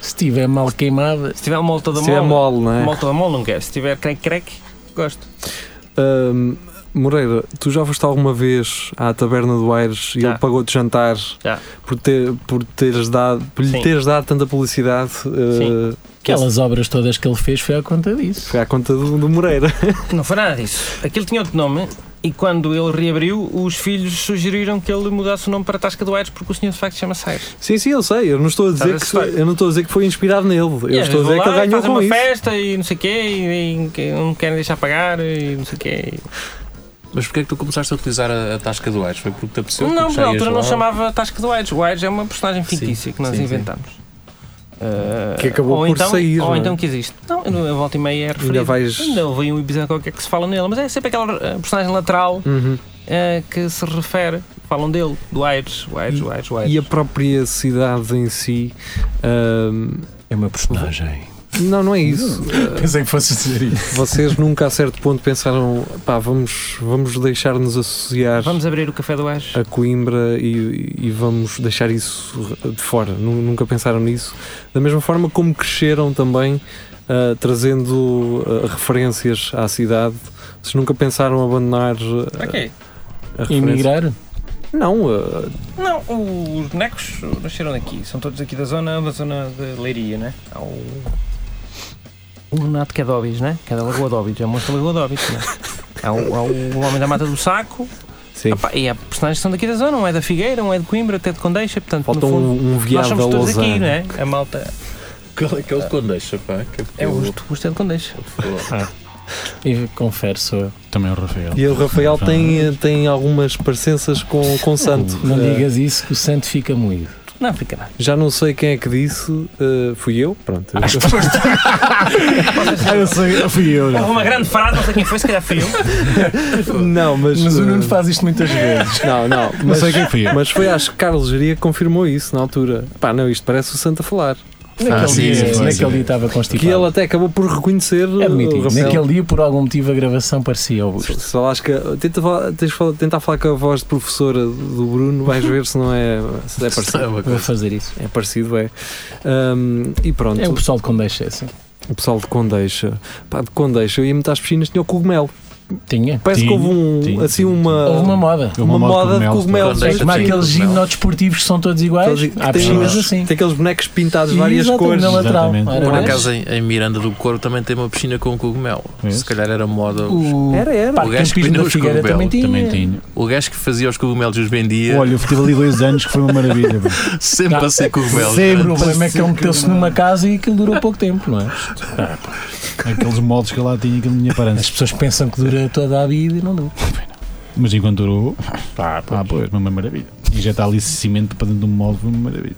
F: Se tiver mal queimada,
C: Se tiver molta da
B: Se é
C: mole,
B: mole, não é?
C: molta da mole não quer. Se tiver creque-creque, gosto.
B: Ahm, Moreira, tu já foste alguma vez à taberna do Aires e
C: Já.
B: ele pagou-te jantar
C: Já.
B: por, ter, por, teres dado, por lhe
C: Sim.
B: teres dado tanta publicidade? eh,
F: aquelas obras todas que ele fez foi à conta disso.
B: Foi à conta do, do Moreira.
C: Não foi nada disso. Aquilo tinha outro nome, E quando ele reabriu, os filhos sugeriram que ele mudasse o nome para Tasca do Aires porque o senhor de facto se chama Aires.
B: Sim, sim, eu sei. Eu não estou a dizer,
C: Sabe
B: que,
C: essa história?
B: eu não estou a dizer que foi inspirado nele. Eu
C: E às
B: estou a dizer
C: vezes vão
B: que ele
C: lá e
B: ganhou
C: fazem
B: com
C: uma
B: isso.
C: festa e não sei o quê, e, e que não querem deixar pagar e não sei o quê.
E: Mas porquê é que tu começaste a utilizar a, a tasca do Ares? Foi porque te apeteceu?
C: não,
E: porque
C: na
E: já ias
C: altura não
E: lá?
C: chamava Tasca do Aires. O Aires é uma personagem fictícia
E: Sim,
C: que nós
E: sim, sim.
C: inventamos. Ah,
B: Que acabou
C: ou
B: por
C: então,
B: sair, não
C: Ou
B: é?
C: então que existe. Não, eu- a volta e meia é referido.
B: Ainda vais-
C: Ainda houve um episódio qualquer que se fala nele, mas é sempre aquela ah, personagem lateral
B: Uhum.
C: ah, que se refere. Falam dele, do Aires, o Aires, o Aires, o Aires.
B: E a própria cidade em si. ahm,
D: É uma personagem.
B: não, não é isso.
D: Pensei que fosse dizer isso.
B: Vocês nunca a certo ponto pensaram, pá, vamos, vamos deixar-nos associar
C: Vamos abrir o café do Aires.
B: a Coimbra e, e vamos deixar isso de fora. Nu- Nunca pensaram nisso. Da mesma forma como cresceram também, ah, trazendo ah, referências à cidade. Vocês nunca pensaram abandonar ah,
C: Ok.
B: a referência?
F: Emigrar?
B: Não, ah,
C: Não, os bonecos nasceram daqui. São todos aqui da zona, da zona de Leiria, né? Há o. O Renato que é de Óbidos, né? Que é da Lagoa de Óbidos. É o monstro da Lagoa de Óbidos, né? Há o, há o Homem da Mata do Saco.
B: sim.
C: Epá, e há personagens que são daqui da zona. Um é da Figueira, um é de Coimbra, até de Condeixa. Portanto,
B: Falta
C: no fundo,
B: um, um
C: nós
B: viado a
C: somos todos aqui,
B: Lausanne.
C: né? A malta.
E: Qual é que é o quando deixa, pá? Que
C: É o
F: um
C: Justo, o Justo é de Condeixa.
F: E confere sou eu.
D: Também o Rafael.
B: E o Rafael tem, tem algumas parecenças com, com o Santo.
F: Não
B: Eh,
F: digas isso que o santo fica moído.
C: Não, fica nada.
B: Já não sei quem é que disse, eh, fui eu. Pronto.
D: Ah, eu sei, eu fui eu. né?
C: Houve uma grande frase, não sei quem foi, se calhar fui eu.
B: não, mas.
F: Mas o Nuno
B: eh,
F: faz isto muitas vezes.
B: Não, não.
D: Não
B: Mas,
D: sei quem fui eu.
B: mas foi, acho que Carlos Geria que confirmou isso na altura. Pá, não, isto parece o Santo a falar.
F: Tipo Naquele,
E: sim,
F: dia,
E: sim, sim,
F: naquele
E: sim.
F: dia estava
B: Que ele
F: constipado.
B: até acabou por reconhecer eh, o
F: Admiti.
B: Rafael.
F: É Naquele dia, por algum motivo, a gravação parecia ao
B: Se se falares que. Tenta, falar- tens de falar- tentar falar com a voz de professora do Bruno, vais ver se não é. Se é parecido.
F: Vou fazer isso.
B: É parecido, é. Ahm, e pronto.
F: É o pessoal de Condeixa, assim.
B: O pessoal de Condeixa, pá, de Condeixa, eu ia muito às piscinas, tinha o cogumelo.
F: Tinha.
B: Parece que
D: Tinha,
B: houve um,
D: tinha,
B: assim
D: tinha.
B: uma,
F: Houve uma moda.
B: uma moda de cogumelos.
E: Condeixa.
F: Como há
E: Sim,
F: aqueles
E: não.
F: gimnodesportivos que são todos iguais,
B: Aqueles-
F: há
B: que tem
F: piscinas
B: os-
F: assim.
B: Tem aqueles bonecos pintados de várias
F: Exatamente,
B: cores.
F: na lateral.
D: Exatamente.
F: Ora
E: Por
F: bem.
E: acaso em, em Miranda do Corvo também tem uma piscina com um cogumelo.
D: É.
E: Se calhar era moda.
F: O
B: Era, era.
F: Parque
E: gajo
F: Campismo
E: que
F: da
E: vendeu os
F: Figueira também
E: cogumelos
F: tinha.
D: Também tinha.
E: O gajo que fazia os cogumelos e os vendia
D: Olha, eu tive ali dois anos que foi uma maravilha. pá.
E: sempre
F: Não,
E: a ser cogumelos.
F: Sempre, o problema é que ele meteu-se numa casa e aquilo durou pouco tempo, não é?
D: Aqueles moldes que eu lá tinha, aquilo minha
F: As
D: parança.
F: pessoas pensam que dura toda a vida e não dura.
D: Mas enquanto durou, ah, pois, foi uma maravilha. E já está ali esse cimento para dentro de um molde, foi uma maravilha.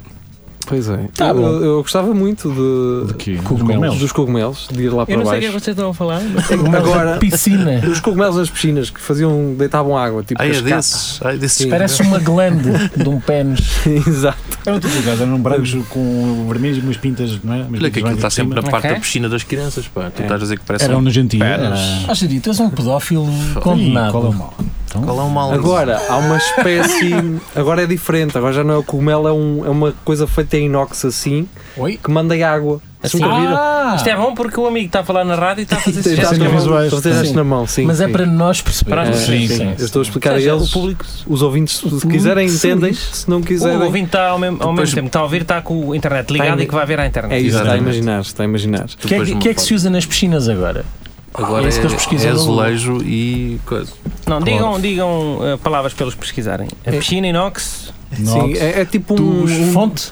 B: Pois é.
F: Tá
B: eu,
F: bom.
B: eu gostava muito de,
D: De quê?
F: Cogumelos.
B: dos cogumelos, de ir lá
C: Eu
B: para
C: não sei o que é que
B: baixo.
C: vocês estão a falar. mas-
B: Agora-
F: Piscina.
B: Os cogumelos nas piscinas que faziam, deitavam água, tipo
E: Ai, é
B: cascata.
E: desses. Ai, desses.
B: Sim.
F: Parece uma glande de um pênis.
B: Exato.
D: Eram todos lugares, tipo eram brancos com vermelhos e umas pintas, não é? Mas
E: Olha, que aquilo está sempre na parte
C: Ok.
E: da
F: é.
E: piscina das crianças, pá. Tu
B: É.
E: estás a dizer que parece
D: Eram
E: um...
D: nojentinhos.
E: Peras.
F: Ah, Jari, tu és um pedófilo condenado.
D: Qual é o mal? Então,
E: Qual é o mal?
B: Agora, há uma espécie. Agora é diferente, agora já não é o cogumelo, é, um- é uma coisa feita em inox assim,
F: Oi?
B: que manda em água. Assim,
C: Assim?
B: nunca viram?
F: Ah,
C: Isto é bom porque o amigo está a falar na rádio e está a fazer
B: Tens
C: sugestões.
B: na mão,
D: visuais.
B: tu tens
F: Sim.
B: na mão, sim.
F: mas é
B: sim. É,
F: para nós perceber.
C: Para nós
B: perceber,
D: sim.
B: Eu estou a explicar a
C: Ou seja,
B: é eles,
C: o público-
B: os ouvintes, se
F: público
B: quiserem, entendem.
F: sabe.
B: Se não
C: O
B: quiserem.
C: ouvinte está ao mesmo, ao
E: Depois-
C: mesmo tempo, está a ouvir, está com a internet ligada
B: Tem-
C: e que vai ver à internet.
B: É isso, está a
E: Exatamente.
B: imaginar, está a imaginar.
F: O que, é que, que é que se usa nas piscinas agora?
E: Agora
F: É
E: é,
F: isso que eles pesquisam
E: é
F: no Google.
E: azulejo e coisa.
F: É,
C: Não,
E: Claro.
C: digam, digam eh, palavras para eles pesquisarem. A
B: É.
C: piscina inox,
B: Sim, é, é tipo um,
F: Tubos,
B: um-
F: fonte?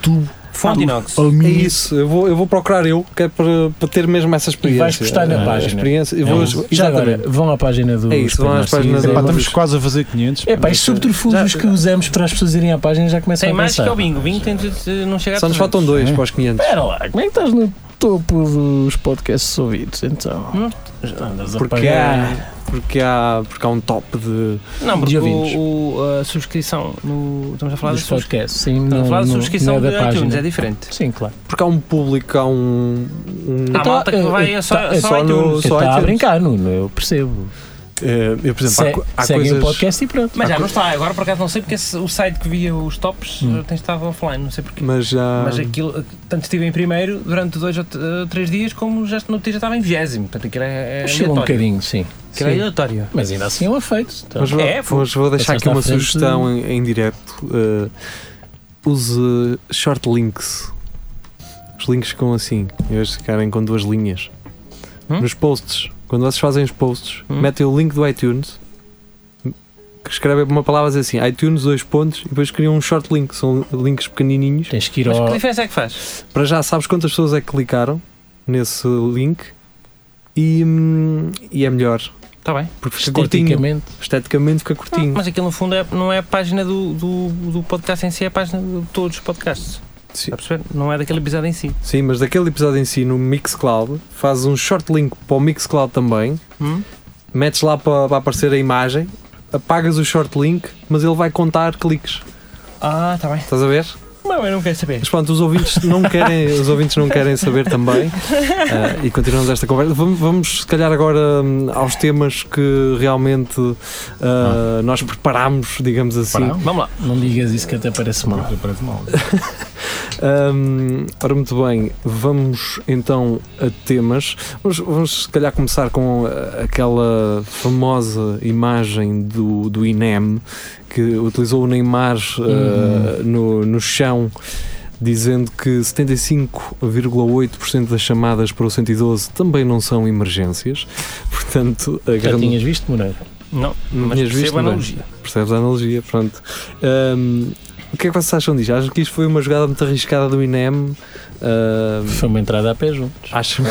C: fonte inox.
B: É isso, eu vou, eu vou procurar eu, que é para, para ter mesmo essa experiência. Ah,
F: vais postar na
B: A
F: página.
B: Experiência, eu vou,
F: É um- Já
B: exatamente.
F: agora, vão à página do.
B: É isso, vão às páginas
D: Epá,
B: da-
D: estamos quase a fazer 500.
F: É pá, estes subterfúgios que usamos para as pessoas irem à página já começam
C: Tem
F: a
C: mais
F: pensar.
C: que é o bingo. O bingo tem de de não chegar a
B: Só nos
C: 300.
B: faltam dois
D: É.
B: para os 500.
F: Espera lá, como é que estás no topo dos podcasts ouvidos então?
C: Hum?
F: Já andas a
B: Porque
F: pagar.
B: há, porque, há, porque há um top de.
C: Não, porque
F: de ouvintes.
C: o, o- a subscrição no. Estamos a falar
F: dos
C: de subscrição.
F: podcasts, sim,
C: Estamos
F: não,
C: a falar de
F: não-
C: subscrição
F: não
C: de
F: é da
C: iTunes, é
F: página.
C: diferente.
F: Sim, claro.
B: Porque há um público, há um. um-
C: Há
F: Então,
C: malta que
F: eh,
C: vai a só,
F: tá-
B: é
C: só,
B: só no-
C: iTunes.
B: Os
F: Está a
B: iTunes.
F: brincar, Nuno, eu percebo.
B: eh, eu, por exemplo, há
F: Se-
B: co- há,
F: Seguem o
B: coisas.
F: podcast e pronto.
C: Mas já não está, agora por acaso não sei porque esse- o site que via os tops
F: Hum.
C: eh, tem estado offline, não sei porquê.
B: Mas é já.
C: Mas aquilo, eh, tanto estive em primeiro durante dois ou t- eh, três dias, como já no dia já estava em vigésimo. Portanto, aquilo é, é
F: Chegou um
C: aleatório.
F: bocadinho, sim.
C: Aquilo é
F: Sim.
C: aleatório.
F: Mas ainda assim é um afeito. Então,
B: Mas, vou,
C: É, foi-
B: mas vou deixar
F: passaste
B: aqui uma
F: à frente.
B: sugestão em, em direto. eh, use short links. Os links ficam assim, em vez de ficarem com duas linhas.
C: Hum?
B: Nos posts, quando vocês fazem os posts,
C: Hum?
B: metem o link do iTunes, que escreve uma palavra a dizer assim, iTunes, dois pontos, e depois criam um short link, são links pequenininhos.
F: Tens que ir
C: Mas
F: ao.
C: que diferença é que faz?
B: Para já sabes quantas pessoas é que clicaram nesse link e, hum, e é melhor,
C: Está Tá bem.
B: porque fica curtinho.
F: Esteticamente.
B: Esteticamente fica curtinho.
C: Mas aquilo no fundo é- não é a página do, do, do podcast em si, é a página de todos os podcasts.
B: Sim.
C: Está a perceber? Não é daquele episódio em si.
B: Sim, mas daquele episódio em si, no Mixcloud, fazes um short link para o Mixcloud também,
C: Hum?
B: metes lá para, para aparecer a imagem, apagas o short link, mas ele vai contar cliques.
C: Ah, está bem.
B: Estás a ver?
C: Não, eu não quero saber.
B: Mas pronto, os ouvintes não querem, os ouvintes não querem saber também. Ah, e continuamos esta conversa. Vamos, vamos, se calhar, agora hum, aos temas que realmente ah, nós preparámos, digamos assim.
D: Pará?
C: Vamos lá.
F: Não digas isso que até parece mal.
D: Parece mal.
B: Hum, ora, muito bem, vamos então a temas. Vamos, vamos, se calhar, começar com ah, aquela famosa imagem do, do INEM que utilizou o Neymar ah, no, no chão. Dizendo que 75,8% das chamadas para o 112 também não são emergências, portanto, a
F: Já
B: grande-
F: tinhas visto, Moreira?
C: Não,
B: Não
C: mas
B: tinhas visto,
C: percebo a
B: não é?
C: analogia.
B: Percebes a analogia, pronto. Ahm, o que é que vocês acham disto? Acham que isto foi uma jogada muito arriscada do INEM? Ahm,
F: Foi uma entrada a pé juntos.
B: acham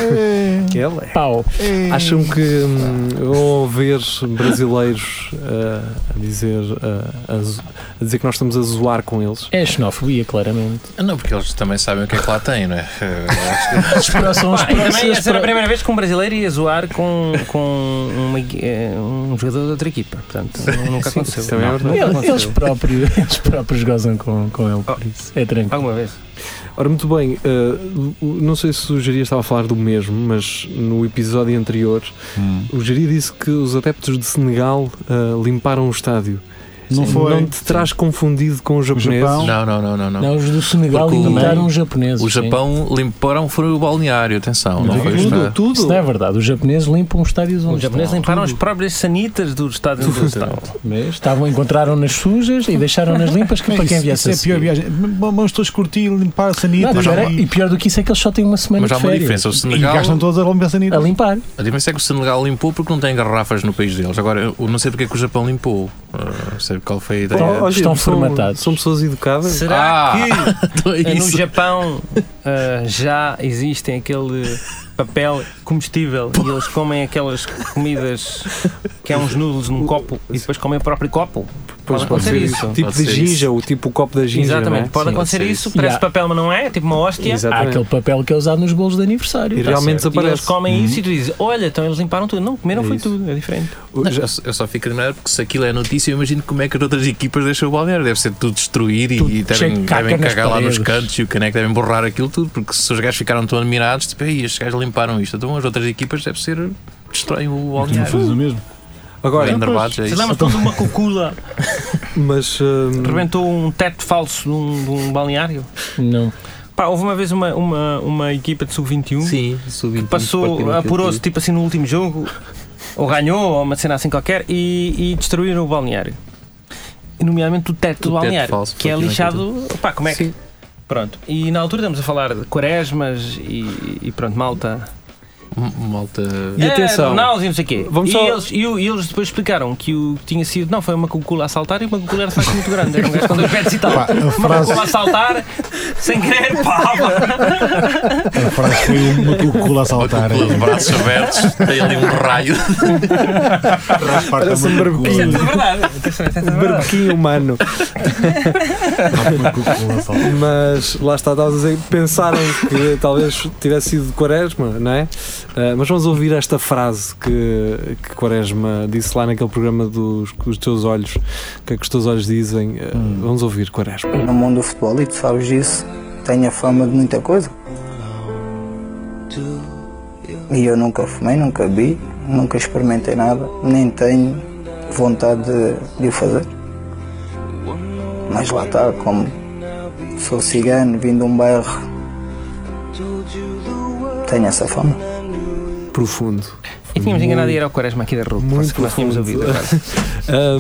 B: que ela é?
F: Pau.
B: Acham que hum, vão haver brasileiros ah, a, dizer, ah, a, zo- a dizer que nós estamos a zoar com eles?
F: É xenofobia, claramente.
E: Ah, Não, porque eles também sabem o que é que lá tem, não é?
F: Os próximos,
C: Ah,
F: são os
C: e também ia
F: próximos.
C: ser a primeira vez que um brasileiro ia zoar com, com uma equi- eh, um jogador de outra equipa. Portanto, nunca aconteceu.
B: isso também é
C: Não,
B: verdade.
C: nunca
F: Eles, eles
C: aconteceu.
F: próprios, eles próprios gozam com, com ele, por isso. É tranquilo.
C: Alguma vez.
B: Ora, muito bem, ah, o- o- não sei se o Jeria estava a falar do mesmo, mas no episódio anterior
D: Hum.
B: o Jeria disse que os adeptos de Senegal ah, limparam o estádio.
D: Não foi.
B: Não te terás confundido com os
D: Japão.
B: japoneses?
E: Não, não, não, não. não.
F: Não, os do Senegal
E: Porque o-
F: imitaram os japoneses.
E: O
F: sim.
E: Japão limparam, foram o balneário, atenção. Não
D: Mas
E: foi o
D: aquilo
E: estádio.
F: Isso não é verdade. Os japoneses limpam os estádios onde
C: Os japoneses
F: estão.
C: limparam as próprias sanitas dos Estados Unidos.
F: Mas estavam, encontraram-nas sujas e deixaram-nas limpas que para quem viesse
D: Isso é- é a pior viagem. Vamos todos curtir, limpar a sanita.
F: Não,
D: Mas
F: pior
D: há-
F: é- e pior do que isso é que eles só têm uma semana
E: Mas há
F: de
E: uma
F: férias
E: diferença. é O
D: E
E: Senegal,
D: gastam todos a limpar a sanita.
F: a limpar.
E: a diferença é que o Senegal limpou porque não tem garrafas no país deles. Agora, eu não sei porque é que o Japão limpou. Ah, Não sei qual foi a ideia.
B: Olha,
F: Estão
B: são-
F: formatados.
B: São pessoas educadas?
C: Será
E: Ah, então é
C: que eh, no
E: isso.
C: Japão eh, já existem aquele papel comestível e eles comem aquelas comidas que é uns noodles num copo e depois comem o próprio copo?
B: Pois
C: pode ser isso.
B: Tipo
E: Pode
B: de
E: ser
B: ginja, o tipo o copo da ginja.
C: Exatamente,
B: não é?
C: pode acontecer
E: pode ser
C: isso,
F: isso.
C: parece
F: Já.
C: papel, mas não é? Tipo uma hóstia.
F: Há aquele
B: Exatamente.
F: papel que é usado nos bolos de aniversário.
B: E
F: tá
B: realmente
C: Tá E eles
B: desaparece.
C: comem isso e tu dizes, olha, então eles limparam tudo. Não, comeram
B: É
C: foi
B: isso.
C: tudo, é diferente.
B: O-
E: Não,
B: já-
E: eu, só- eu só fico admirado porque se aquilo é notícia, eu imagino como é que as outras equipas deixam o balneário. Deve ser tudo destruir e-
F: Tudo
E: e
F: cheio
E: devem,
F: de caca
E: devem
F: nas
E: cagar lá nos
F: paredes.
E: cantos e o caneco devem borrar aquilo tudo. Porque se os gajos ficaram tão admirados, tipo, ei, estes gajos limparam isto. Então as outras equipas deve ser. destroem
C: Então,
E: o
D: Não fazes
E: balneário.
D: o mesmo.
B: Agora,
E: enervados, é
C: Vocês
E: isso.
C: lembram quando uma cucula
B: mas. hum,
C: rebentou um teto falso de um, de um balneário?
F: Não.
C: Pá, houve uma vez uma, uma, uma equipa de sub-21
E: Sim,
C: que passou, apurou-se tipo assim no último jogo, ou ganhou, ou uma cena assim qualquer, e, e destruíram o balneário. E, nomeadamente o teto do
E: teto
C: balneário,
E: falso,
C: que é
E: foi aquilo,
C: lixado. Pá, como é que. Pronto. E na altura estamos a falar de quaresmas e, e pronto, malta.
E: Malta.
B: E
C: É,
B: atenção.
C: Não, e não sei o quê.
B: Vamos
C: e,
B: só-
C: eles, e, o- e eles depois explicaram que o que tinha sido. Não, foi uma cucula a saltar e uma cucula era de facto muito grande. Era um gajo com dois pés e tal.
D: Pá, a
C: Uma
D: frase,
C: cucula a saltar, sem querer, pá!
D: a frase foi uma cucula a saltar.
E: Com os braços abertos, tem ali um raio. um
D: Parece uma
C: Isto é tudo
D: cucula
C: verdade. Atenção, isto é tudo verdade.
B: Barbequinho humano,
D: uma cucula a saltar.
B: mas lá está, estavas a dizer, pensaram que talvez tivesse sido de Quaresma, não é? Ah, mas vamos ouvir esta frase que, que Quaresma disse lá naquele programa dos que os teus olhos, que é que os teus olhos dizem. Ah, Vamos ouvir Quaresma.
J: no mundo do futebol e tu sabes disso, tenho a fama de muita coisa. E eu nunca fumei, nunca bi, nunca experimentei nada, nem tenho vontade de, de o fazer. Mas lá está, como sou cigano, vindo de um bairro, tenho essa fama.
B: Profundo.
C: E tínhamos enganado a ir ao Quaresma aqui da rua.
B: Muito
C: Nós tínhamos
B: profundo.
C: ouvido agora.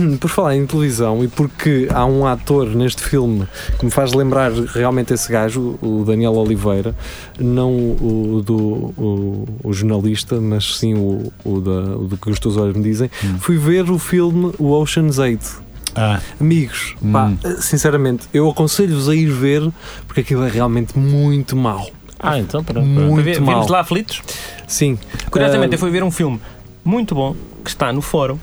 B: Um, por falar em televisão e porque há um ator neste filme que me faz lembrar realmente esse gajo, o Daniel Oliveira, não o do o, o jornalista, mas sim o, o, da- o do que os teus olhos me dizem, fui ver o filme O Ocean's 8.
D: Hum. Ah,
B: Amigos, pá, eh,
D: Hum.
B: sinceramente, eu aconselho-vos a ir ver porque aquilo é realmente muito mau.
D: ah, então pronto.
B: Muito
C: Vimos
B: mau.
C: lá aflitos.
B: Sim. Ah,
C: Curiosamente, eu fui ver um filme muito bom que está no Fórum,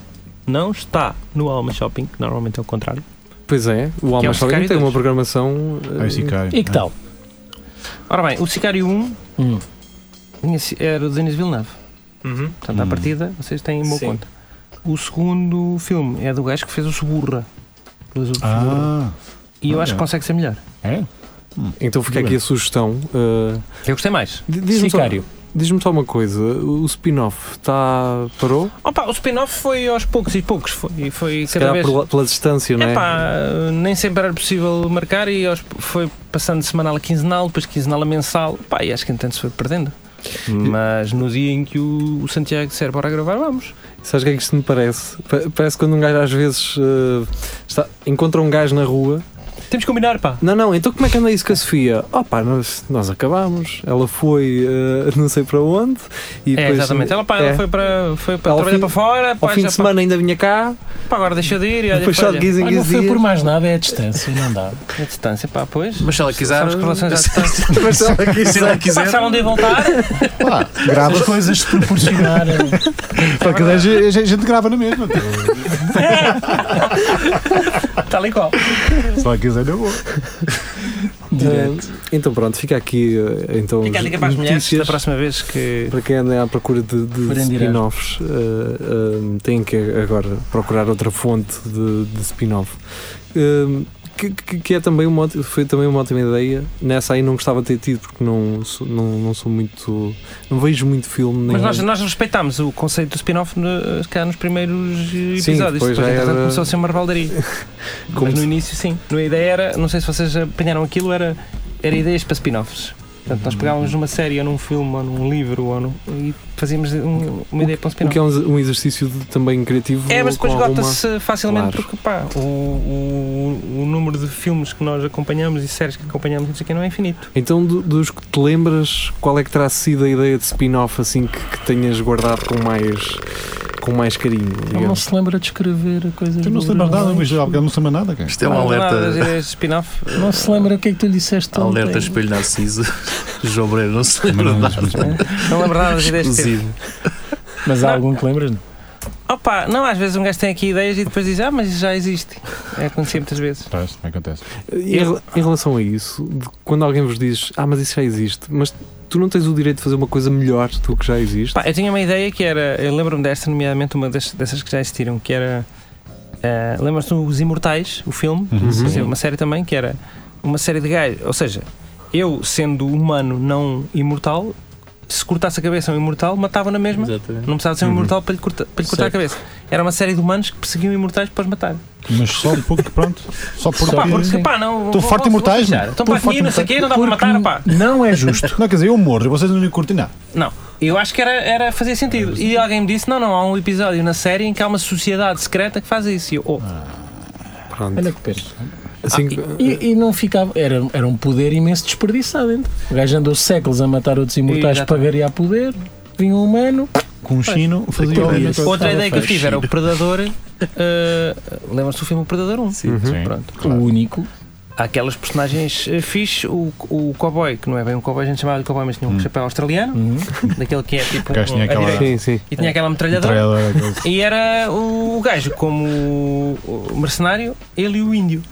C: não está no Alma Shopping, que normalmente é o contrário.
B: Pois é, o
C: Que é
B: Alma
C: o
B: Jovem
C: Sicário
B: tem uma
C: dois.
B: programação. eh,
D: Ah, esse cara.
F: E que tal?
C: Ora bem, o Sicário 1
F: Hum.
C: tinha si- era o Denis Villeneuve. Portanto, à
D: Hum.
C: partida, vocês têm boa
F: Sim.
C: conta. O segundo filme é do gajo que fez o Suburra. do Azul de Suburra.
D: Ah,
C: e eu acho
D: olha.
C: que consegue ser melhor.
D: é?
B: Então fica aqui a sugestão. ah,
C: Eu gostei mais.
B: D- Diz-me só,
F: Sicário.
B: diz-me só uma coisa, o spin-off está parou?
C: Opa, o spin-off foi aos poucos e poucos. Foi, foi
B: Se
C: cada
B: calhar
C: vez.
B: pela, pela distância, não é?
C: Epá, nem sempre era possível marcar e aos- foi passando de semanal a quinzenal, depois quinzenal a mensal. Pá, e acho que entanto se foi perdendo.
B: Hum.
C: Mas no dia em que o, o Santiago disser bora gravar, vamos.
B: Sabes o que é que isto me parece? Pa- parece quando um gajo às vezes eh, está- encontra um gajo na rua.
C: Temos que combinar, pá.
B: Não, não, então como é que anda isso com a Sofia? Oh pá, nós, nós acabámos, ela foi eh, não sei para onde e
C: É,
B: depois,
C: exatamente. Ela, pá,
B: é.
C: ela foi para, foi para
B: Ela
C: trabalhar
B: fim-
C: para fora, pá,
B: Ao fim
C: já,
B: de semana ainda vinha cá,
C: pá, pá, agora deixa de ir e olha,
B: depois só de
C: olha,
B: 15 em
F: Ah, não
B: 15
F: foi
B: dias.
F: por mais nada, é a distância, não dá.
C: a distância, pá, pois.
E: Mas se ela quiser.
C: Sabes que relações já
E: se
B: Mas só aqui-
E: ela
C: Pá,
E: quiser.
C: se ela não devia voltar,
F: As
D: Grava.
F: coisas se proporcionaram.
D: Só que a gente, a gente grava na mesma. tipo,
C: tal e qual.
D: Se ela quiser, eu vou.
B: Eh, então pronto, fica aqui eh, então,
C: Fica a dica para as mulheres da
B: notícias.
C: próxima vez que.
B: Para quem anda à procura de, de
F: Forem direto.
B: spin-offs, eh, eh, tem que agora procurar outra fonte de, de spin-off. Eh, que, que- que é também uma, ótima- foi também uma ótima ideia. Nessa aí não gostava de ter tido, porque não sou, não, não sou muito. não vejo muito filme. Nem
C: Mas nós, nós respeitámos o conceito do spin-off no- se calhar nos primeiros episódios.
B: depois já
C: entretanto,
B: era-
C: começou a ser uma rebaldaria.
B: Como
C: Mas
B: se-
C: no início, sim. A ideia era, não sei se vocês apanharam aquilo, era, era ideias para spin-offs. Portanto, nós pegávamos numa série ou num filme ou num livro ou num, e fazíamos um- uma ideia para um
B: o que
C: spin-off.
B: é um, um exercício de- também criativo.
C: É, mas depois
B: com alguma-
C: esgota-se
B: Claro.
C: facilmente porque pá, o, o, o número de filmes que nós acompanhamos e séries que acompanhamos não sei o quê, não é infinito.
B: Então, do- dos que te lembras, qual é que terá sido a ideia de spin-off assim que, que tenhas guardado com mais, com mais carinho?
F: Ele não
B: digamos?
F: se lembra de escrever coisas.
D: Tu não se lembras nada, mas já há bocado não se lembra nada, cara.
E: Isto é um
C: Nada, as
E: alerta.
C: ideias de spin-off.
F: Não se lembra o que é que tu lhe disseste ontem.
E: Alerta espelho Narciso. João Breiro não
B: é
E: se lembra de
D: Mas
E: nada.
D: não-
C: Não lembro nada das ideias que tive.
E: Exclusivo.
F: Mas há algum que lembras?
C: Opa, não, às vezes um gajo tem aqui ideias e depois diz, ah, mas isso já existe. É acontecer muitas vezes.
D: Mas, como é que acontece?
B: Em, rela- em relação a isso, de- quando alguém vos diz ah, mas isso já existe, mas tu não tens o direito de fazer uma coisa melhor do que já existe,
C: Pá, eu tinha uma ideia que era, eu lembro-me desta, nomeadamente uma das- dessas que já existiram, que era. eh, Lembras-te dos Imortais, o filme?
D: Uhum.
C: Quer dizer, Uma série também, que era uma série de gajos. Ou seja, eu sendo humano não imortal, se cortasse a cabeça a um imortal, matava na mesma.
E: Exatamente.
C: Não precisava de ser um imortal para lhe cortar, para lhe cortar a
E: Certo.
C: cabeça. Era uma série de humanos que perseguiam imortais para os matar.
D: Mas só porque, pronto. Só porque.
C: Pá, porque, pá, não.
D: Estou
C: vou-
D: forte
C: vou-
D: e mortais,
C: vou
D: não?
C: fechar. Estão
D: Estou
C: para
D: forte
C: aqui,
D: e
C: não sei o quê, não dá para matar, pá.
F: Não é justo.
D: Não, quer dizer, eu morro e vocês não curtem nada.
C: Não, eu acho que era, era fazer
D: É,
C: sentido. E alguém me disse: não, não, há um episódio na série em que há uma sociedade secreta que faz isso. E eu, oh,
D: Ah,
B: pronto.
F: Olha que pena.
B: Assim,
F: E, e não ficava. Era, era um poder imenso desperdiçado. Então. O gajo andou séculos a matar outros imortais para
C: Exatamente.
F: garear poder. Vinha um humano.
D: Com um chino, fazia
F: Pois.
D: alguma
F: Isso.
D: coisa.
C: outra ideia que eu tive era o
E: Fascina.
C: Predador. eh, Lembra-se do filme O Predador 1?
E: Sim.
D: Sim.
C: Pronto.
F: O único.
C: Há aquelas personagens eh, fixe, o, o cowboy, que não é bem um cowboy, a gente chamava de cowboy, mas tinha um
D: Hum.
C: chapéu australiano, daquele que é tipo.
D: O gajo
C: um-
D: tinha
C: a
D: aquela-
C: direita.
B: sim, sim.
C: E tinha aquela metralhadora.
D: Metralhadora, aquele-
C: E era o, o gajo como o- o mercenário, ele e o índio.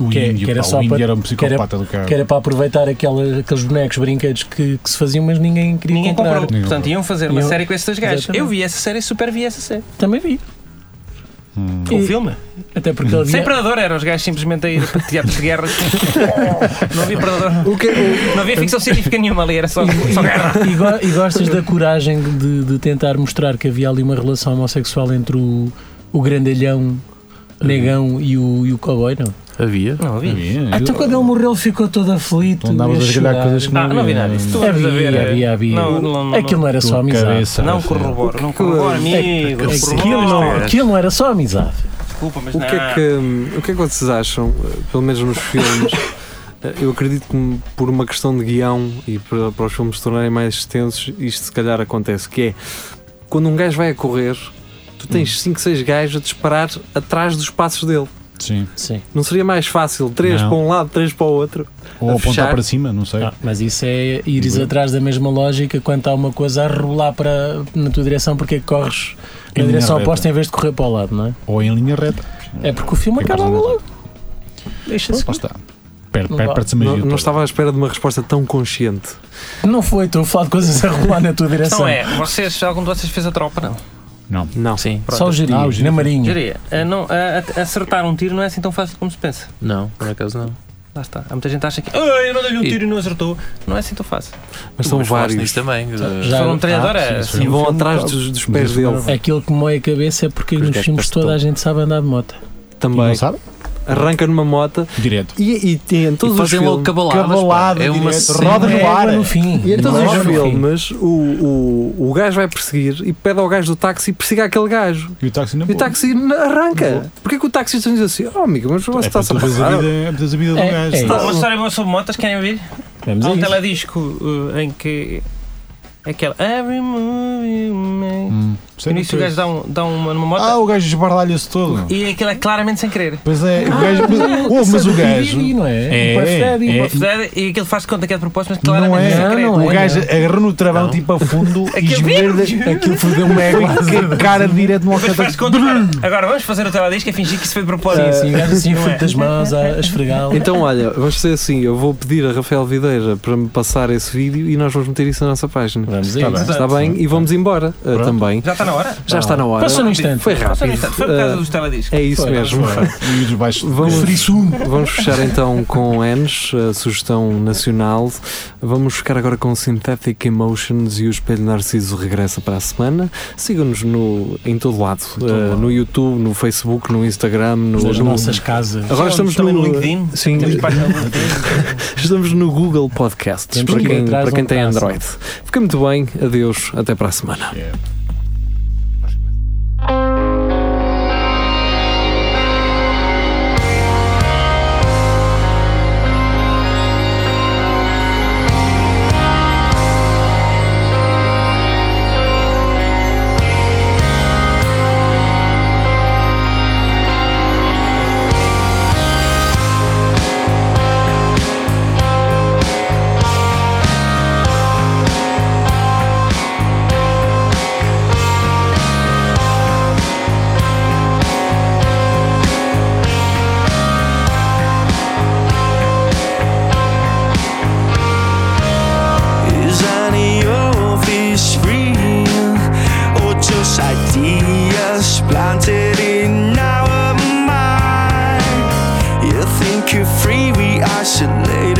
D: O
F: Que é-
D: índio,
F: que era
D: pá,
F: só
D: o índio
F: para-
D: era um
F: que era-
D: psicopata do cara.
F: Que era para aproveitar aquelas, aqueles bonecos, brinquedos que, que se faziam, mas ninguém queria
C: Ninguém
F: comprar.
C: comprou.
D: Ninguém
C: Portanto,
D: comprou.
C: iam fazer uma
F: Iam-
C: série com esses dois gajos.
F: Exatamente.
C: Eu vi essa série, super vi essa série.
F: Também vi.
D: Hum.
C: O
F: E-
C: filme?
F: Até porque ele
C: Sem
F: vinha,
C: predador eram os gajos simplesmente a ir para teatros de guerra. não havia predador.
B: O que, o-
C: Não havia ficção científica nenhuma ali, era só, só guerra.
F: e, go- e gostas da coragem de, de tentar mostrar que havia ali uma
D: Uhum.
F: relação homossexual entre o, o grandalhão negão e o, e o cowboy, não?
E: Havia?
C: Não, havia.
F: Então quando ele morreu ele ficou todo aflito.
D: Tu andavas
F: e
D: a regalar
F: chorar.
D: coisas que não
C: Ah, não vi nada disso. Tu andas a ver,
F: Havia,
C: é.
F: havia, havia.
C: Não, não, não,
F: Aquilo não era só
D: Tua
F: amizade.
D: cabeça,
C: Não
D: assim.
C: corroboro, não corroboro, amigo.
E: Aquilo
F: Aquilo
C: corroboro.
F: não, aquilo não era só amizade.
C: Desculpa, mas
B: O que, é
C: não.
B: que, hum, o que é que vocês acham, eh, pelo menos nos filmes? eh, Eu acredito que hum, por uma questão de guião e para, para os filmes se tornarem mais extensos, isto se calhar acontece, que é quando um gajo vai a correr, tu tens 5, 6 gajos a disparar atrás dos passos dele.
D: Sim.
F: Sim.
B: Não seria mais fácil 3
D: Não.
B: para um lado, 3 para o outro?
D: Ou
B: A
D: apontar
B: fechar.
D: para cima, não sei.
F: Ah, mas isso é ires
D: Uhum.
F: atrás da mesma lógica quando há uma coisa a rolar para, na tua direção porque é que corres
D: Em linha
F: na direção
D: reta.
F: oposta em vez de correr para o lado, não é?
D: Ou em linha reta.
F: É porque o filme
D: Fica
F: acaba
D: mais ou
F: logo. Deixa-se.
D: Lá está. Perde,
F: Não
D: perde,
F: dá.
D: perde-se a magia.
B: Não, não
D: toda.
B: estava à espera de uma resposta tão consciente.
F: Não foi, estou a falar de coisas a rolar na tua
C: A questão
F: direção.
C: é, vocês, algum de vocês fez a tropa, não?
B: Hum.
D: Não.
B: Não.
E: Sim.
F: Só o geria,
D: Ah, o Jiri.
F: na marinha.
C: Diria, a não- a- a- acertar um tiro não é assim tão fácil como se pensa.
E: Não, por acaso não.
C: Lá está. Há muita gente que acha que "Ai, eu não dei um tiro e não acertou. Não é assim tão fácil. um
B: Mas são
E: falaste
B: vários.
E: nisso também. eh,
F: Já-
C: Foram três
F: ah,
C: horas.
D: sim,
B: E
D: sim.
B: vão atrás dos, dos
D: Mas
B: pés
D: isso
B: dele
D: não
F: Aquilo que me moe a cabeça é porque
E: Porque
F: nos
E: é
F: filmes
E: que
F: toda a gente sabe andar de moto.
D: Não
B: também.
D: sabe?
B: Arranca numa moto
D: Direto.
B: e, e, e em todos
E: e
B: os
E: fazem
B: filmes.
E: logo é um cabaladas. pá.
D: Cabalada
E: é uma
D: direto,
E: cena-
D: roda no
F: Não é
D: ar. então
F: no fim.
B: E em todos
F: Não é
B: os
D: um
F: no fim.
B: filmes, o, o, o gajo vai perseguir e pede ao gajo do táxi persiga aquele gajo.
D: E o táxi não
B: E o táxi na- arranca. Porquê que o taxista diz assim? Oh, amigo, mas você
D: É
B: está
D: para
B: a
D: tu vês a
B: passar?
D: vida, é para tu vês a vida do
F: É,
D: gajo.
F: é.
D: Está-
C: Não, uma história boa sobre motas, querem ouvir?
D: é
F: Vamos
C: Há um
F: a isso.
C: teledisco uh, em que. Aquela. Every move you make.
D: Hum,
C: No
D: sei
C: início o
D: não
C: gajo dá, um, dá uma numa moto
D: Ah, o gajo esbardalha-se todo.
C: e aquilo é claramente sem querer.
D: Pois é, o gajo. Mas, oh, mas o gajo.
F: Didi, é não
D: É,
F: é? O Parfedi,
D: é.
F: o
C: Uma fuzeda E aquilo faz de conta que é de propósito, mas
D: Não
C: claramente sem
D: é,
C: querer.
F: não,
D: o
F: é,
D: gajo
F: não.
D: agarrou no travão tipo a fundo e
C: Aquilo-
D: esmerda aquilo fodeu uma égua, a cara direto no
C: E Depois faz de conta.
D: alcatrão.
C: Agora vamos fazer o teledisco e fingir que isso foi de propósito.
F: Parfedi. Sim, sim, o gajo assim,
C: Não é.
F: fruto das mãos a a esfregá-lo.
B: Então, olha, vamos fazer assim: eu vou pedir a Rafael Videira para me passar esse vídeo e nós vamos meter isso na nossa página.
F: Vamos a
D: Tá
F: isso.
D: bem.
B: Está bem? E vamos embora ah, também.
C: Já está na hora?
B: Já está na hora.
F: Passa num instante.
B: Foi
C: Só um
B: rápido.
C: instante, Foi por causa
B: Ah,
C: dos telediscos.
B: É isso
F: Foi,
B: mesmo.
D: E os baixos.
B: Vamos-
D: Frissume.
B: Vamos fechar então com Enes, a sugestão nacional. Vamos ficar agora com Synthetic Emotions e o Espelho Narciso regressa para a semana. Sigam-nos no- em todo lado: Eh, no YouTube, no Facebook, no Instagram, no.
F: Nas
B: no-
F: nossas
D: Então,
F: casas.
B: Agora estamos
C: Também no
B: no,
C: LinkedIn.
B: sim,
C: Temos página no LinkedIn.
B: estamos no Google Podcasts
F: Temos
B: para
F: que ir
B: quem,
F: atrás
B: para
F: de
B: quem
F: um
B: tem
F: traço.
B: Android. Fica muito bem, adeus, até para a semana.
I: Is any of this real or just ideas planted in our mind? You think you're free, we isolate.